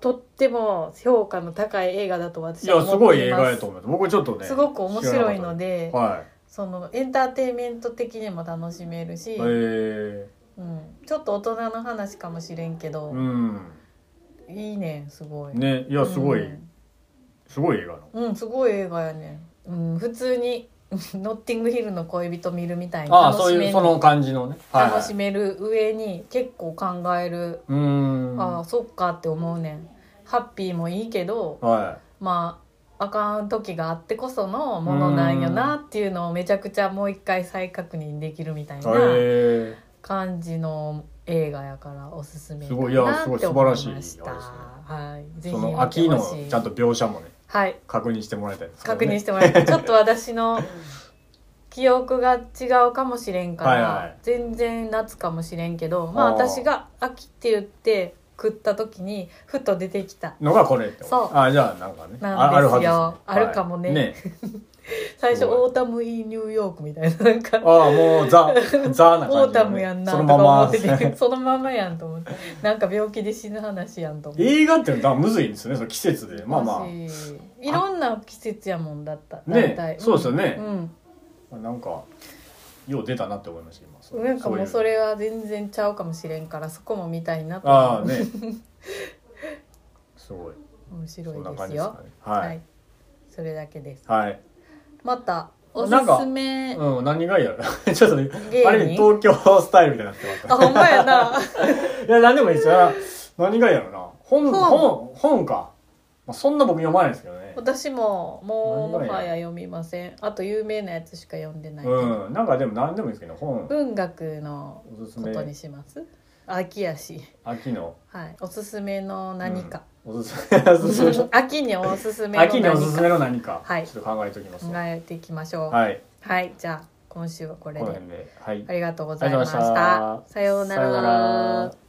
A: とっても評価の高い映画だと
B: い
A: 私は
B: や
A: 思っています
B: すごい映画やと思います僕ちょっとね
A: すごく面白いので、
B: は
A: そのエンターテインメント的にも楽しめるし、
B: いへえ
A: うん、ちょっと大人の話かもしれんけど、
B: うん
A: いいねんすごい。
B: ねいやすごい、
A: うん
B: すごい映画の
A: うん、すごい映画やね。うん、普通に ノッティングヒルの恋人見るみたいに
B: ああ
A: 楽
B: そう
A: し
B: い
A: め
B: う
A: る
B: その感じのねはいはい
A: 楽しめる上に結構考える。
B: うーん
A: ああ、そっかって思うねん。ハッピーもいいけど、
B: は
A: まああかん時があってこそのものなんよなっていうのをめちゃくちゃもう一回再確認できるみたい
B: い
A: な
B: へえ
A: 感じの映画やからおすすめ
B: す
A: か
B: ごいいや
A: なって
B: すごい
A: 思いま
B: 素晴らしい
A: した。はい、ぜひ
B: その
A: 見て
B: 秋の
A: ほしい
B: ちゃんと描写もね
A: はい。
B: 確認してもらいたいですけどね
A: 確認してもらってちょっと私の記憶が違うかもしれんから、
B: はいはい
A: 全然夏かもしれんけどまあ
B: あー
A: 私が秋って言って食った時にふと出てきた
B: のがこれってこと
A: そう
B: あじゃあなんかね
A: なん
B: ああるは
A: です
B: ずね
A: よあるかもね
B: はいね
A: 最初「
B: すごい
A: オータム・イン・ニューヨーク」みたいななんか
B: ああも うザザな感じのね
A: オータムやんな
B: そ
A: とか
B: のま
A: 思
B: ま
A: ってて、 そのままやんと思ってなんか病気で死ぬ話やんと思って。
B: 映画ってだむずいんですよねその季節でまあま
A: だしいろんな季節やもんだった
B: ね
A: 大体
B: そうですよね
A: うん
B: あなんかよう出たなって思いました今そう
A: なんかもう
B: そ
A: そう
B: いう
A: れは全然ちゃうかもしれんからそこも見たいなと思う
B: ああ ねすごい
A: 面白
B: そんない
A: で
B: 感
A: す
B: じです
A: よ
B: かね
A: は
B: はい
A: いそれだけです
B: はい
A: またおす
B: なんか
A: すめ
B: うん何がいいやろ ちょっとね
A: 芸人
B: あれ東京スタイルみたいになってます
A: あほんまや な
B: いや、何でもいいですよ。何がいいやろな。
A: 本
B: 本、本、本か。まあ、そんな僕読まないですけどね。
A: 私ももう
B: 何
A: も
B: が
A: はや
B: や
A: 読みませんあと有名なやつしか読んでないけど、
B: うん。なんかでも何でもいいですけど、本、
A: 文学の
B: おすす
A: ことに
B: め、
A: します秋やし
B: 秋の、
A: はいおすすめの何か、
B: おすすめ、おすすめの
A: 秋におすすめの
B: 秋
A: 何
B: に
A: か
B: おすすめの何か、
A: はい
B: ちょっと考えておきます
A: 考
B: よ。
A: えていきましょうはい、
B: はい。
A: じゃあ今週はこ
B: こ
A: れ
B: の
A: で
B: 辺で。はい
A: あ。りがとうございまし
B: ありがとうござい
A: た
B: ました
A: さような
B: さような
A: ら
B: ら